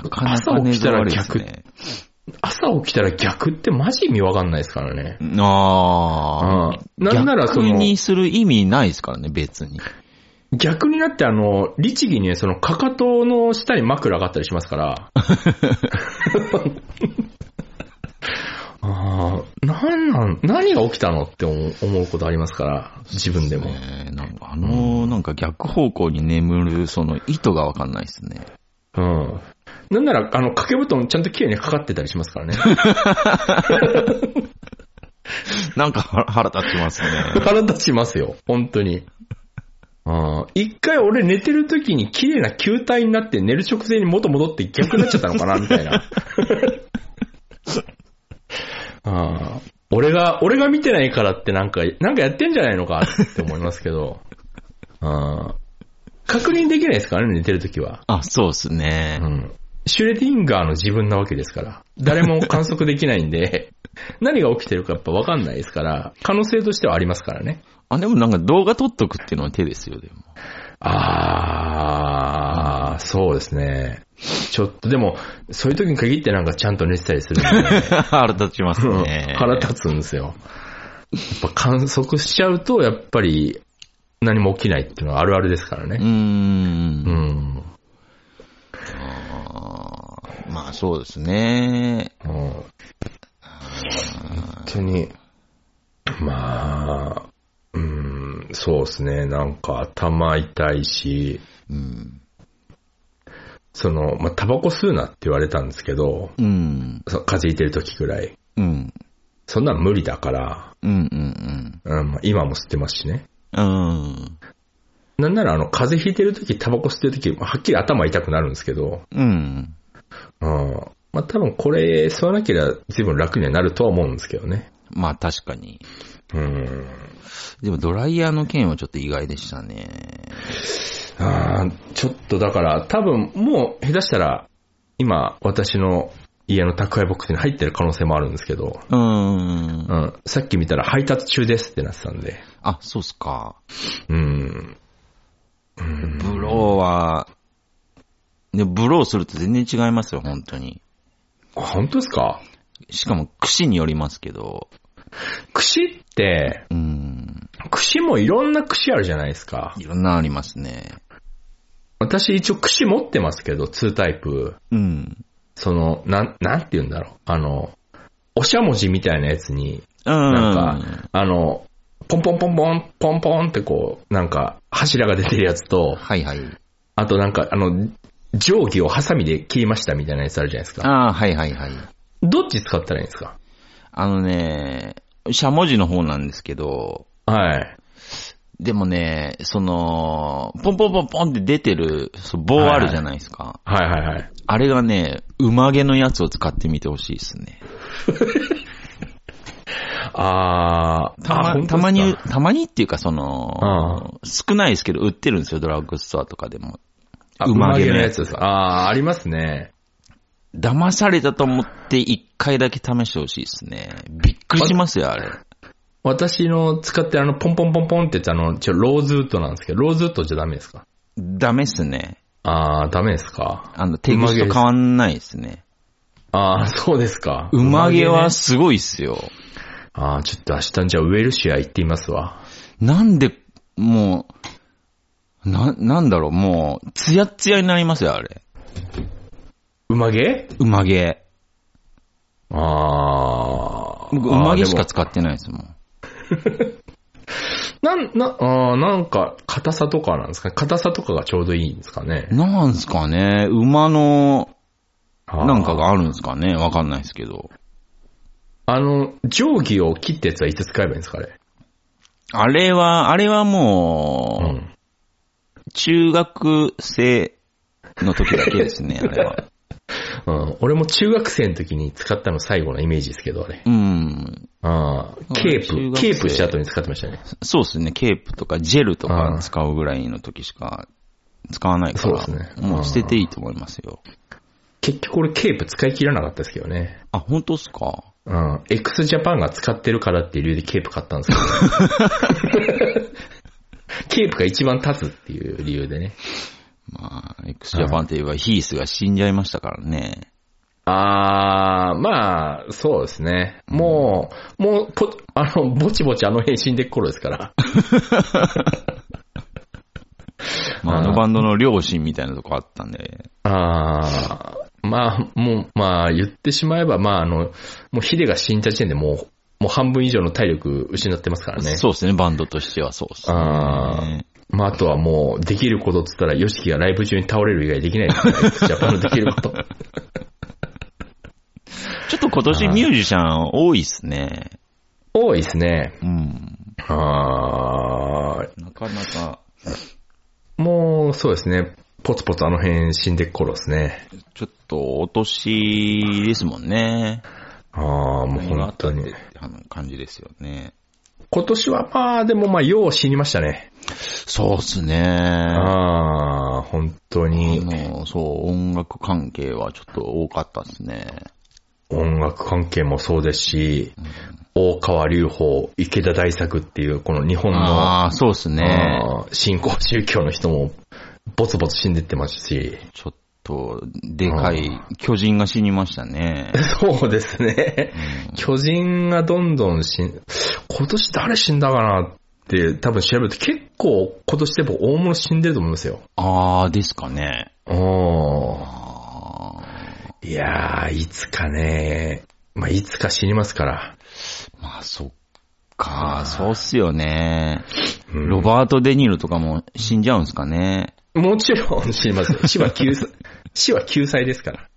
B: なかなか寝相悪いですね。
A: 朝起きたら逆ってマジ意味わかんないですからね。
B: ああ。
A: うんなんならその
B: 逆にする意味ないですからね、別に。
A: 逆になってあの、律儀にね、そのかかとの下に枕があったりしますから。ああ、なんなん、何が起きたのって思う思うことありますから、自分でも。
B: ねえなんかあのー、なんか逆方向に眠る、その意図がわかんないですね。
A: うん。なんなら、あの、掛け布団ちゃんと綺麗にかかってたりしますからね。
B: なんか腹腹立ちますね。
A: 腹立ちますよ、本当に。あー一回俺寝てる時に綺麗な球体になって寝る直前に元戻って逆になっちゃったのかな、みたいな。あー俺が、俺が見てないからってなんか、なんかやってんじゃないのかって思いますけど。あー確認できないですからね、寝てる時は。
B: あ、そうですね
A: う。ん。シュレディンガーの自分なわけですから。誰も観測できないんで、 何が起きてるかやっぱわかんないですから、可能性としてはありますからね。
B: あ、でもなんか動画撮っとくっていうのは手ですよ、でも。
A: あー、そうですね。ちょっと、でも、そういう時に限ってなんかちゃんと寝てたりする んで、
B: 腹立ちます
A: うん
B: ね。
A: 腹立つんですよ。やっぱ観測しちゃうと、やっぱり何も起きないっていうのはあるあるですから
B: うー。
A: ね。うんん。
B: あーまあそうですね。
A: うん本当に、まあ、うん、そうですね。なんか頭痛いし、
B: うん。
A: その、まあ、タバコ吸うなって言われたんですけど、
B: うん。
A: そう風邪ひいてる時ぐらい。
B: うん。
A: そんなん無理だから、
B: うん。うん。
A: うんまあ今も吸ってますしね。
B: うん。うん。
A: なんなら、あの、風邪ひいてるとき、タバコ吸ってるとき、はっきり頭痛くなるんですけど、
B: うん。
A: うん。まあ、多分これ、吸わなければ随分楽にはなるとは思うんですけどね。
B: まあ確かに。
A: うん。
B: でもドライヤーの件はちょっと意外でしたね。
A: あーちょっとだから、多分もう、下手したら、今、私の家の宅配ボックスに入ってる可能性もあるんですけど、
B: うーん
A: う。ん。さっき見たら配達中ですってなってたんで、
B: あ、そうっすか。
A: うん。
B: ブローは、ね、ブローすると全然違いますよ、本当に。
A: あ本当ですか
B: しかも、櫛によりますけど。
A: 串って、
B: うん。
A: 串もいろんな串あるじゃないですか。
B: いろんなのありますね。
A: 私一応櫛持ってますけど、2タイプ。
B: うん。
A: その、なん、なんて言うんだろう。あの、おしゃもじみたいなやつに、
B: うん。
A: なんか、あの、ポンポンポンポン、ポンポンってこう、なんか、柱が出てるやつと、
B: はいはい。
A: あとなんか、あの、定規をハサミで切りましたみたいなやつあるじゃないですか。
B: ああ、はいはいはい。
A: どっち使ったらいいんですか
B: あのね、しゃもじの方なんですけど、
A: はい。
B: でもね、その、ポンポンポンポンって出てる、そう棒あるじゃないですか。
A: はいはいはい。
B: あれがね、馬毛のやつを使ってみてほしいですね。
A: あー、
B: た
A: あ本当
B: ま、た
A: ですか
B: まに、たまにっていうかその、少ないですけど売ってるんですよ、ドラッグストアとかでも。
A: あ
B: うま
A: 馬
B: げ
A: 毛
B: の
A: の
B: や
A: や
B: つ
A: つですか。あー、ありますね。
B: 騙されたと思って一回だけ試してほしいですね。びっくりしますよ、あれ。
A: 私の使ってるあの、ポンポンポンポンってやつあの、ちょ、ローズウッドなんですけど、ローズウッドじゃダメですか
B: ダメっすね。
A: あー、ダメですか
B: あの、テイクスと変わんないですね。
A: あー、そうですか。
B: うまげ
A: ね
B: はすごいっすよ。
A: あー、ちょっと明日じゃあウェルシア行ってみますわ。
B: なんで、もう、な、なんだろう、もう、ツヤッツヤになりますよ、あれ。
A: うまげ
B: うまげ。
A: あー。
B: 僕、うまげし
A: あ
B: か
A: ー。
B: 使ってないですもん。
A: でもなん、な、あー、なんか、硬さとかなんですかね。硬さとかがちょうどいいんですかね。
B: なんすかね、馬の、
A: あー
B: なんかがあるんですかね、わかんないですけど。
A: あの、定規を切ったやつはいつ使えばいいんですかあれ。
B: あれは、あれは
A: う
B: も
A: ん。
B: う、中学生の時だけですね、あれ は。
A: うん。俺も中学生の時に使ったの最後のイメージですけど、あれ。
B: うん。
A: ああ、ケー
B: 中
A: プ、
B: 学
A: ケ
B: 生
A: ープした後に使ってましたね。
B: そうですね、ケープとかジェルと
A: う
B: か
A: ん
B: 使うぐらいの時しか使わないから、
A: そうですね
B: もう捨てていいと思いますよ。
A: 結局俺ケープ使い切らなかったですけどね。
B: あ、本当っすか
A: うん。x ジャパンが使ってるからっていう理由でケープ買ったんです けど。ケープが一番立つっていう理由でね。
B: まあ、x ジャパンといえばヒースが死んじゃいましたからね。
A: あー、まあ、そうですね。もう、もう、ぽ、あの、ぼちぼちあの辺死んでく頃ですから。
B: ま
A: う
B: あ、あ
A: ん
B: のバンドの両親みたいなとこあったんで。
A: あー、まあ、もう、まあ、言ってしまえば、まあ、あの、もうヒデが死んだ時点でもう、もう半分以上の体力失ってますからね。
B: そうですね、バンドとしてはそうです
A: あー
B: ね。
A: まあ、あとはもう、できることっつったら、ヨシキがライブ中に倒れる以外できない ですね。ジャパンのできること。
B: ちょっと今年ミュージシャン多いっすね。
A: 多いですね。
B: うん。
A: あー
B: なかなか、
A: もう、そうですね。ポツポツあの辺死んでく頃ですね。
B: ちょっとお年ですもんね。
A: ああ、もう
B: 何があ
A: 本
B: った
A: 当
B: って
A: に。
B: あの感じですよね。
A: 今年はまあ、でもまあ、よう死にましたね。
B: そうっすね。
A: ああ、本当に。
B: もう、そう、音楽関係はちょっと多かったっすね。
A: 音楽関係もそうですし、大川隆法、池田大作っていう、この日本の、
B: ああー、そうっすね。
A: あー新興宗教の人も、ぼつぼつ死んでってますし。
B: ちょっと、でかい、巨人が死にましたね。
A: そうですね。巨人がどんどん死ん、今年誰死んだかなって多分調べると結構今年でも大物死んでると思いますよ。
B: あー、ですかね。
A: おー
B: あ
A: いやー、いつかね、まあ、いつか死にますから。
B: ーまあ、そっか、そうっすよね。
A: うん
B: ロバート・デ・ニールとかも死んじゃうんすかね。
A: もちろん死に ますよ。死は救済、死は救済ですから。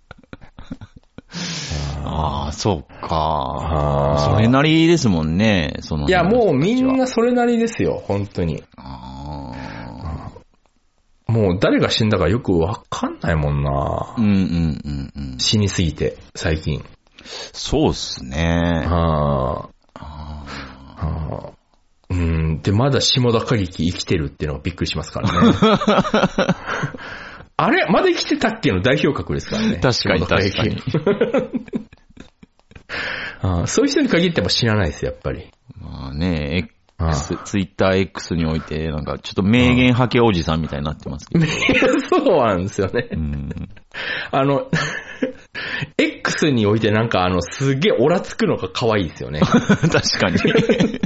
B: あー、そうか。
A: あ
B: それなりですもんね、その。
A: いや、もう
B: う。
A: みんなそれなりですよ、本当に。
B: あ
A: もう誰が死んだかよくわかんないもん
B: ーう
A: なん
B: うんうんうん。
A: 死にすぎて、最近。
B: そうっすね。
A: ああああうん。で、まだ下田歌劇生きてるっていうのがびっくりしますからね。 あれまだ生きてたっけの代表格ですからね。
B: 確かに
A: 下田歌劇
B: 確
A: ああそういう人に限っても知らないです、やっぱり。
B: まあね、
A: あ
B: X、ツイッター X において、なんかちょっと名言ハケおじさんみたいになってますけど。
A: そうなんですよね
B: う。 ん
A: あの、X においてなんかあの、すげえオラつくのが可愛いですよね。
B: 確 かに。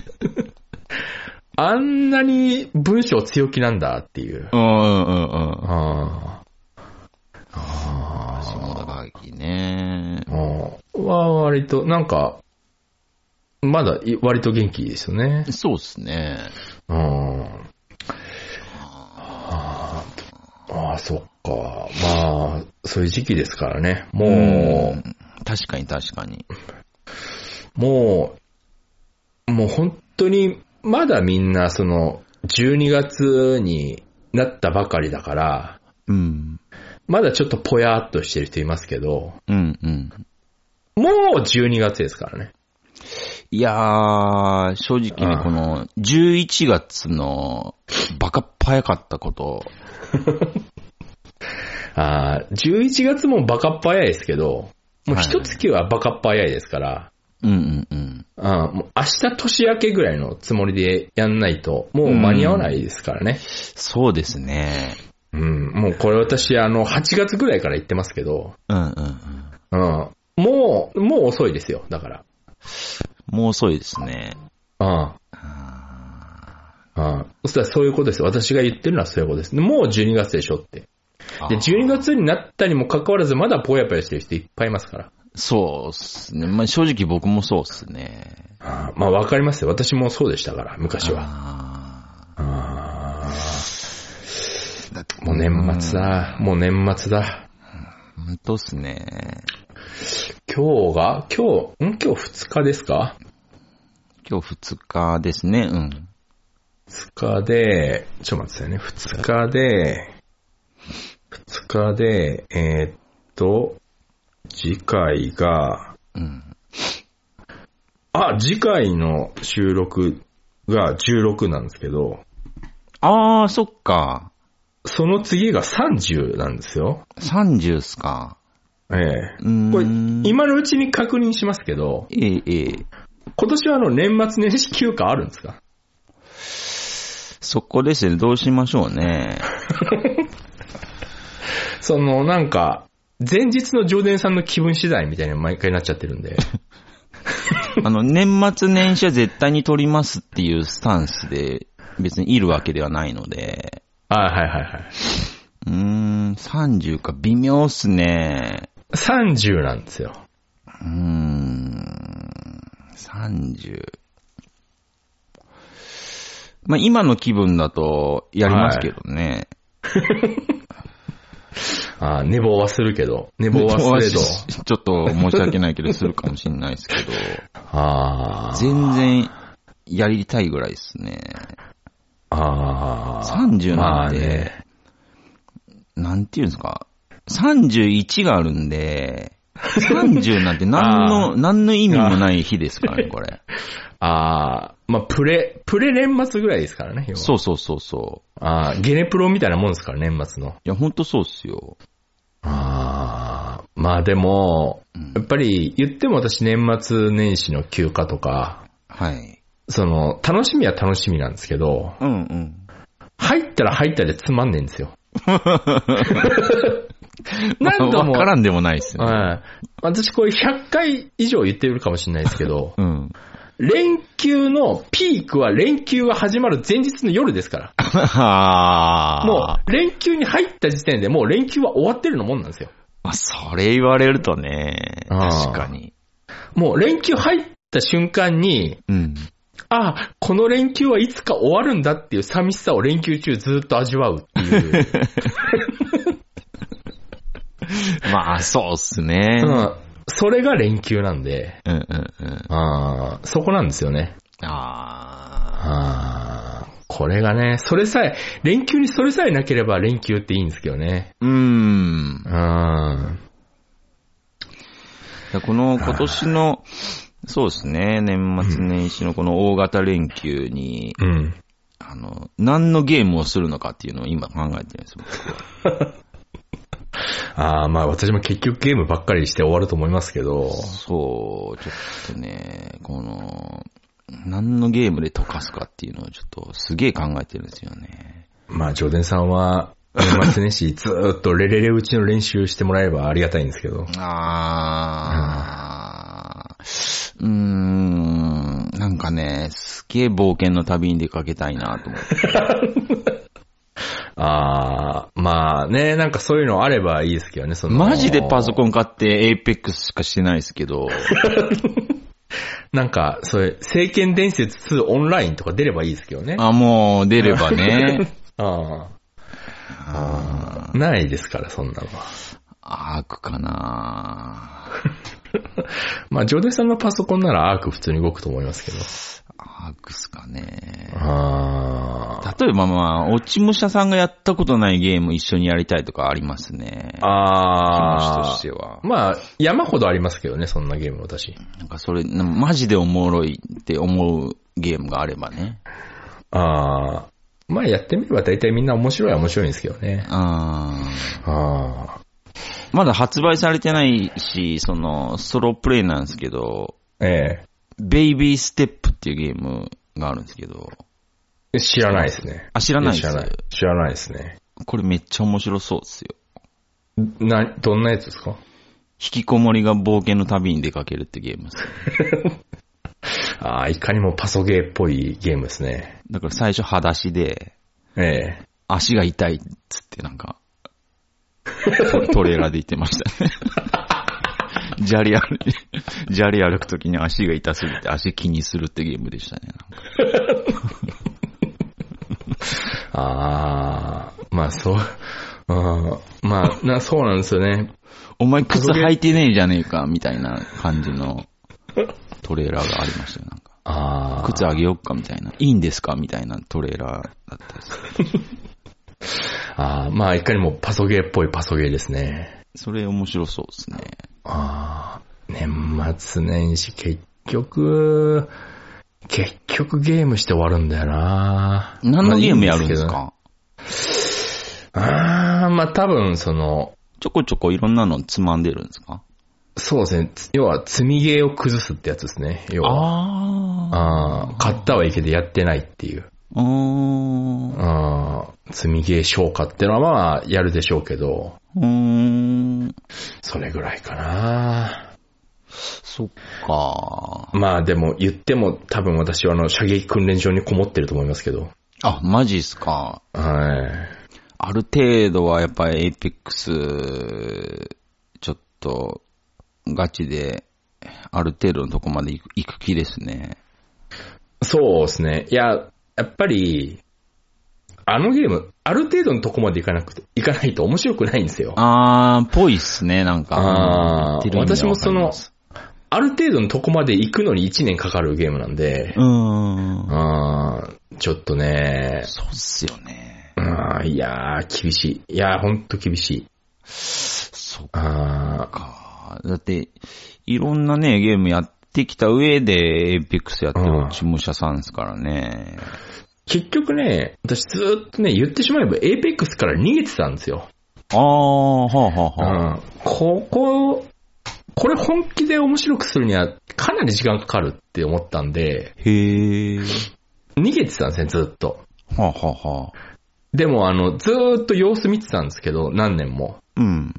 A: あんなに文章強気なんだっていう。
B: うんうんうんうん。
A: ああ。ああ。
B: 下田がきね。
A: うんは割と、なんか、まだい割と元気ですよね。
B: そうっすね。
A: うん。あーあー、そっか。まあ、そういう時期ですからね。も
B: ん。確かに確かに。
A: う、もう、もう本当に、まだみんな、その、12月になったばかりだから、
B: うん。
A: まだちょっとぽやーっとしてる人いますけど、
B: うんうん。
A: もう12月ですからね。
B: いやー、正直
A: う
B: ね、
A: ん
B: この11月のバカっ早かったこと、
A: ああ、11月もバカっぱ早いですけど、もう
B: はい
A: 一月はバカっぱ早いですから、
B: うんうんうん。
A: あもう明日年明けぐらいのつもりでやんないと、もう間に合わないですからね。
B: そうですね。
A: うん、もうこれ私、あの、8月ぐらいから言ってますけど、
B: うんうんうん。
A: うん。もう、もう遅いですよ、だから。
B: もう遅いですね。
A: うん。うん。そしたらそういうことです。私が言ってるのはそういうことです。もう12月でしょって。で、12月になったにもかかわらず、まだぽやぽやしてる人いっぱいいますから。
B: そうっすね。まあ、正直僕もそうっすね。
A: あーまあ、わかりますよ。私もそうでしたから、昔は。
B: あ
A: あ
B: ーだって
A: ーもう年末だ。もう年末だ。
B: 本当っすね。
A: 今日が今日、ん今日2日ですか
B: 今日2日ですね。うん。
A: ?2 日で、ちょっと待ってくださいね。2日で、2日で、えーっと、次回が、
B: うん。
A: あ、次回の収録が16なんですけど、
B: あー、そっか。
A: その次が30なんですよ。
B: 30っすか。
A: ええ
B: うーん。
A: これ、今のうちに確認しますけど、
B: ええ、ええ。
A: 今年はあの年末年始休暇あるんですか
B: そこですね。どうしましょ うね。
A: その、なんか、前日の上田さんの気分次第みたいな毎回なっちゃってるんで。
B: あの、年末年始は絶対に取りますっていうスタンスで、別にいるわけではないので、
A: あ はいはいはい。
B: うーん、30か微妙っすね。
A: 30なんですよ。
B: うーん、30。まあ、今の気分だと、やりますけどね。
A: ああ、寝坊はするけど。寝坊はすれど。
B: ちょっと申し訳ないけど、するかもしれないですけど、
A: ああ。
B: 全然、やりたいぐらいですね。
A: ああ。ま
B: 30な
A: あ
B: んで、
A: ね。
B: なんていうんですか、31があるんで、30なんて何
A: あ
B: の、何の意味もない日です からね、これ。
A: ああ、まあ、プレ、プレ年末ぐらいですからね、要は
B: そうそうそうそう。
A: ああ、ゲネプロみたいなもんですから、年末の。
B: いや、ほんとそうっすよ。
A: ああ、まあでも、やっぱり言っても私年末年始の休暇とか、
B: はい。
A: その、楽しみは楽しみなんですけど、
B: うんうん。
A: 入ったら入ったでつまんねえん ですよ。何度
B: わ
A: も、
B: からんでもないっす
A: う
B: ね。
A: ん私これ100回以上言ってるかもしれないですけど、
B: うん。
A: 連休のピークは連休が始まる前日の夜ですから。
B: あ
A: もう連休に入った時点でもう連休は終わってるのもんなんですよ。
B: まあ、それ言われるとね、
A: あー
B: 確かに。
A: もう連休入った瞬間に、
B: うん。
A: ああ、この連休はいつか終わるんだっていう寂しさを連休中ずっと味わうっていう。
B: まあ、そうっすね。
A: う
B: うん
A: ん。それが連休なんで、
B: うんうん。
A: ああ、そこなんですよね。
B: あ
A: ああ、これがね、それさえ、連休にそれさえなければ連休っていいんですけどね。
B: ー。うん
A: う。ん。
B: だからこの今年の、そうですね、年末年始のこの大型連休に、
A: うん。
B: あの、何のゲームをするのかっていうのを今考えてるんですよ。
A: ああ、まあ私も結局ゲームばっかりして終わると思いますけど、
B: そう、ちょっとね、この、何のゲームで溶かすかっていうのをちょっとすげえ考えてるんですよね。
A: まあジョーデンさんは、年末年始 ずーっとレレレうちの練習してもらえばありがたいんですけど。
B: あー。うーん、なんかね、すげえ冒険の旅に出かけたいなと思って。
A: ああ、まあね、なんかそういうのあればいいですけどね、その。
B: マジでパソコン買ってエイペックスしかしてないですけど。
A: なんか、そういう、聖剣伝説2オンラインとか出ればいいですけどね。
B: あ、もう出れ ばね。
A: ああ。ないですから、そんなのは。
B: アークかな
A: まあ、ジョーデンさんのパソコンならアーク普通に動くと思いますけど。
B: アークっすかね。
A: あ
B: 例えばまあ、落ち武者さんがやったことないゲーム一緒にやりたいとかありますね。
A: あ。あ
B: 気持ち
A: あ
B: とし。ては。
A: まあ、山ほどありますけどね、そんなゲーム私。
B: なんかそれ、なマジでおもろいって思うゲームがあればね。
A: ああ。まあ、やってみれば大体みんな面白いは面白いんですけどね。
B: あ
A: ああ。
B: ーまだ発売されてないし、その、ソロプレイなんですけど、
A: え
B: ベイビーステップっていうゲームがあるんですけど、
A: え。知らないですね。
B: あ知らないです
A: 知らない。知らないですね。
B: これめっちゃ面白そうですよ。
A: な、どんなやつですか
B: 引きこもりが冒険の旅に出かけるってゲームです。
A: ああ、いかにもパソゲーっぽいゲームですね。
B: だから最初裸足で、
A: ええ。
B: 足が痛いっつってなんか、トトレーラーで言ってましたね。 砂利歩いて、砂利歩くときに足が痛すぎて足気にするってゲームでしたね。なんか
A: ああ、まあそう、 うん、まあ、な、そうなんですよね。
B: お前靴履いてねえじゃねえか、みたいな感じのトレーラーがありましたよ。なんか
A: ああ、
B: 靴あげよっか、みたいな。いいんですかみたいなトレーラーだったです。
A: ああ、まあいかにもパソゲーっぽいパソゲーですね。
B: それ面白そうですね。
A: ああ、年末年始結局、結局ゲームして終わるんだよな
B: 何のゲームやるんです
A: まあいい
B: か
A: ですけどねああ、まあ多分その、
B: ちょこちょこいろんなのつまんでるんですか
A: そうですね。要は積みゲーを崩すってやつですね。要は。
B: ああ。
A: ああ、買ったはいいけどやってないっていう。
B: うーん。う
A: あー積みゲー消化ってのはまあ、やるでしょうけど、
B: ーん。
A: それぐらいかな。
B: そっか。
A: まあでも、言っても多分私はあの、射撃訓練場にこもってると思いますけど。
B: あ、マジっすか。
A: はい。
B: ある程度はやっぱりエイペックス、ちょっと、ガチで、ある程度のとこまで行く行く気ですね。
A: そうですね。いや、やっぱり、あのゲーム、ある程度のとこまでいかなくて、いかないと面白くないんですよ。
B: あー、ぽいっすね、なんか。
A: あ
B: うん言って
A: ー
B: る意味
A: 私もそ
B: はわ
A: の
B: かります、
A: ある程度のとこまで行くのに1年かかるゲームなんで、
B: うーん。
A: あーちょっとね、
B: そうっすよね。
A: うんいやー、厳しい。いやー、ほんと厳しい。
B: そっ
A: あー
B: か。だって、いろんなね、ゲームやってきた上で、エイペックスやってる事務者さんですからね。
A: 結局ね、私ずーっとね、言ってしまえば、エイペックスから逃げてたんですよ。
B: あー、はあは
A: う
B: あはあ。
A: ん。ここ、これ本気で面白くするには、かなり時間かかるって思ったんで、
B: へえ。
A: 逃げてたんですね、ずーっと。
B: はあはあはあ。
A: でも、あの、ずーっと様子見てたんですけど、何年も。
B: うん。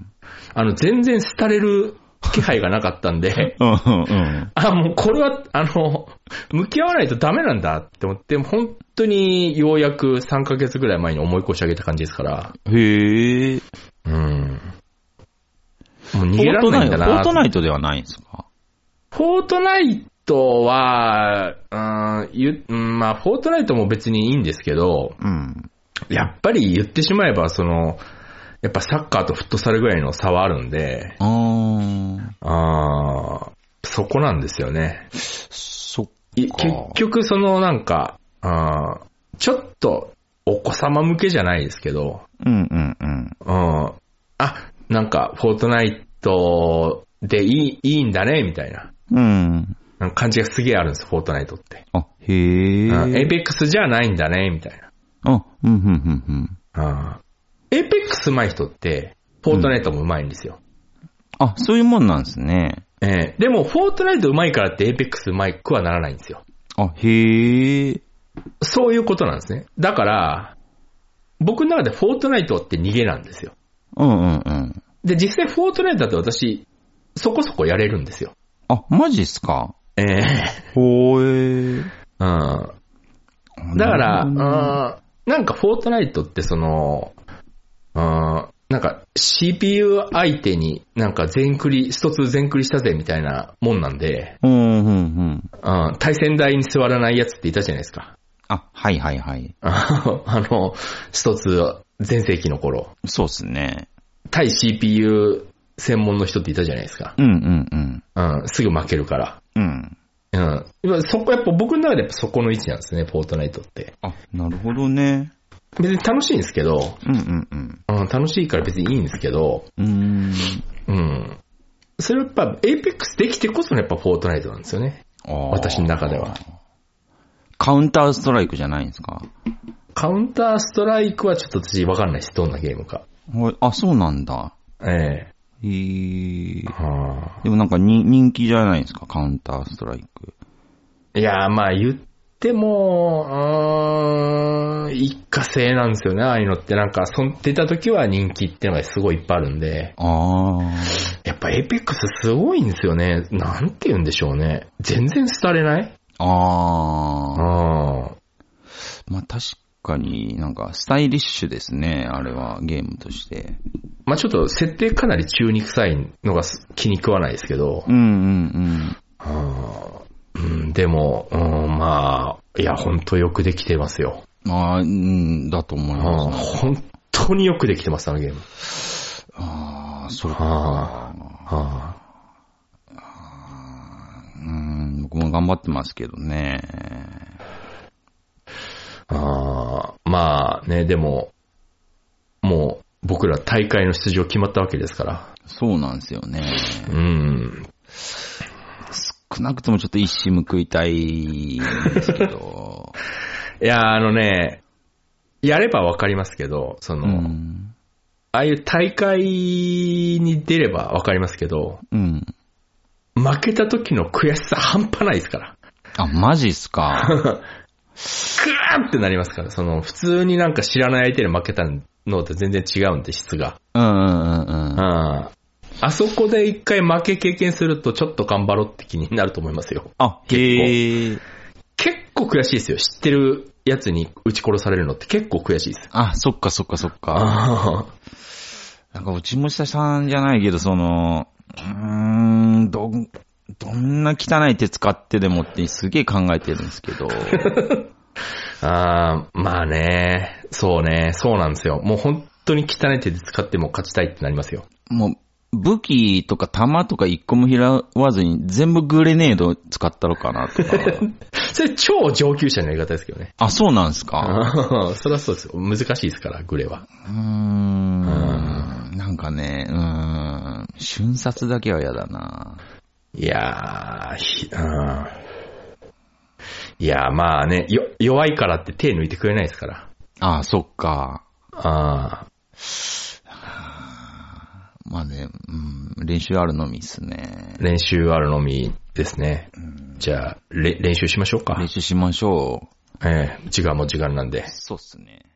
A: あの、全然廃れる気配がなかったんで、
B: うんうんうん。
A: あ、もうこれは、あの、向き合わないとダメなんだって思って、本当にようやく3ヶ月ぐらい前に思い越し上げた感じですから。
B: へえ。
A: うん。もう逃
B: フ
A: げ
B: ォー
A: られ
B: ト
A: な
B: ナ
A: い
B: イ
A: ん
B: ト、
A: だ
B: フ
A: な。
B: ォートナイトではないんですか
A: フォートナイトは、うん、ゆうんまあ、フォートナイトも別にいいんですけど、
B: うん。
A: やっぱり言ってしまえば、その、やっぱサッカーとフットサルぐらいの差はあるんで、
B: あー、
A: あーそこなんですよね。
B: そっ
A: い
B: か。
A: 結局そのなんか、あーちょっとお子様向けじゃないですけど、
B: うんうんうん。
A: うん、あ、なんかフォートナイトでいいいいんだね、みたいな
B: うん。
A: なんか感じがすげえあるんです、フォートナイトって。
B: あ、へえ。
A: うんエイペックスじゃないんだね、みたい
B: あ、うんうんうんうん。
A: な。うんエイペックス上手い人って、フォートナイトも上手いんですよ。
B: あ、そういうもんなんですね。
A: えーでも、フォートナイト上手いからってエイペックス上手くはならないんですよ。
B: あ、へえ。
A: そういうことなんですね。だから、僕の中でフォートナイトって逃げなんですよ。
B: うんうんうん。
A: で、実際フォートナイトだって私、そこそこやれるんですよ。
B: あ、マジっすか
A: ええ
B: ほえ。
A: うん。だから、うん、なんかフォートナイトってその、うん、なんか CPU 相手になんか全クリ、一つ全クリしたぜみたいなもんなんで、
B: うんうんうん。
A: うん、対戦台に座らないやつっていたじゃないですか。
B: あ、はいはいはい。
A: あの、一つ、前世紀の頃、
B: そうっすね。
A: 対 CPU 専門の人っていたじゃないですか。
B: うんうんうん。
A: うん、すぐ負けるから。
B: うん。
A: うん。今そこ、やっぱ僕の中でやっぱそこの位置なんですね、フォートナイトって。
B: あ、なるほどね。
A: 別に楽しいんですけど、
B: うんうんうん。
A: うん、楽しいから別にいいんですけど、
B: うーん。
A: うん。それはやっぱ、エイペックスできてこそのやっぱフォートナイトなんですよね。
B: あー
A: 私の中では。
B: カウンターストライクじゃないんですか
A: カウンターストライクはちょっと私わかんないし、どんなゲームか。
B: はいあ、そうなんだ。
A: ええ
B: えー。
A: は
B: でもなんかに人気じゃないですか、カウンターストライク。
A: あ、いやー、まあ言っても、うーん、一過性なんですよね、ああいうのって。なんか、そん出た時は人気ってのがすごいいっぱいあるんで。
B: あ
A: やっぱエイペックスすごいんですよね。なんて言うんでしょうね。全然廃れない
B: あ。ああ。
A: ああ。
B: まあ確かになんかスタイリッシュですね、あれはゲームとして。
A: まあちょっと設定かなり中肉臭いのがす気に食わないですけど
B: う。んうん
A: あーうん、でも、うん、まあ、いや、ほんとよくできてますよ。
B: うん。ああ、うん、だと思い
A: うん
B: ます。
A: 本当によくできてます、あのゲーム。
B: ああ、そうか。
A: あーあー。
B: うん、僕も頑張ってますけどね。
A: あーまあね、でも、もう僕ら大会の出場決まったわけですから。
B: そうなんですよね。
A: うん。
B: 少なくともちょっと一矢報いたいんですけ ど。
A: いや、あのね、やればわかりますけど、そうの、
B: ん。
A: ああいう大会に出ればわかりますけど、
B: うん。
A: 負けた時の悔しさ半端ないですから。
B: あ、マジっす か。
A: グーンってなりますから、その、普通になんか知らない相手に負けたのと全然違うんで、質が。
B: うんうんうんうん。
A: うん。あそこで一回負け経験すると、ちょっと頑張ろうって気になると思いますよ。
B: あ、へえ。
A: 結構悔しいですよ。知ってるやつに撃ち殺されるのって結構悔しいです。
B: あ、そっかそっかそっか。
A: あ
B: なんか、うちも下さんじゃないけど、その、うーん、どん、どんな汚い手使ってでもってすげえ考えてるんですけど。
A: あー、まあね。そうね。そうなんですよ。もう本当に汚い手で使っても勝ちたいってなりますよ。
B: もう、武器とか弾とか一個も拾わずに全部グレネード使ったろかなと か。
A: それ超上級者のやり方ですけどね。
B: あ、そうなんですか。
A: あそりゃそうですよ。難しいですから、グレは。
B: うーん。なんかね、うーん。瞬殺だけは嫌だな。
A: いやー、ひうんいやーまあね、よ、弱いからって手抜いてくれないですから。
B: あ、そっか。
A: あ
B: まあね、うん、練習あるのみっすね。
A: ー練習あるのみですね。じゃあ、れ練習しましょうか
B: 練。習しましょう。
A: ええ時間も時間なんで。
B: そうっすね。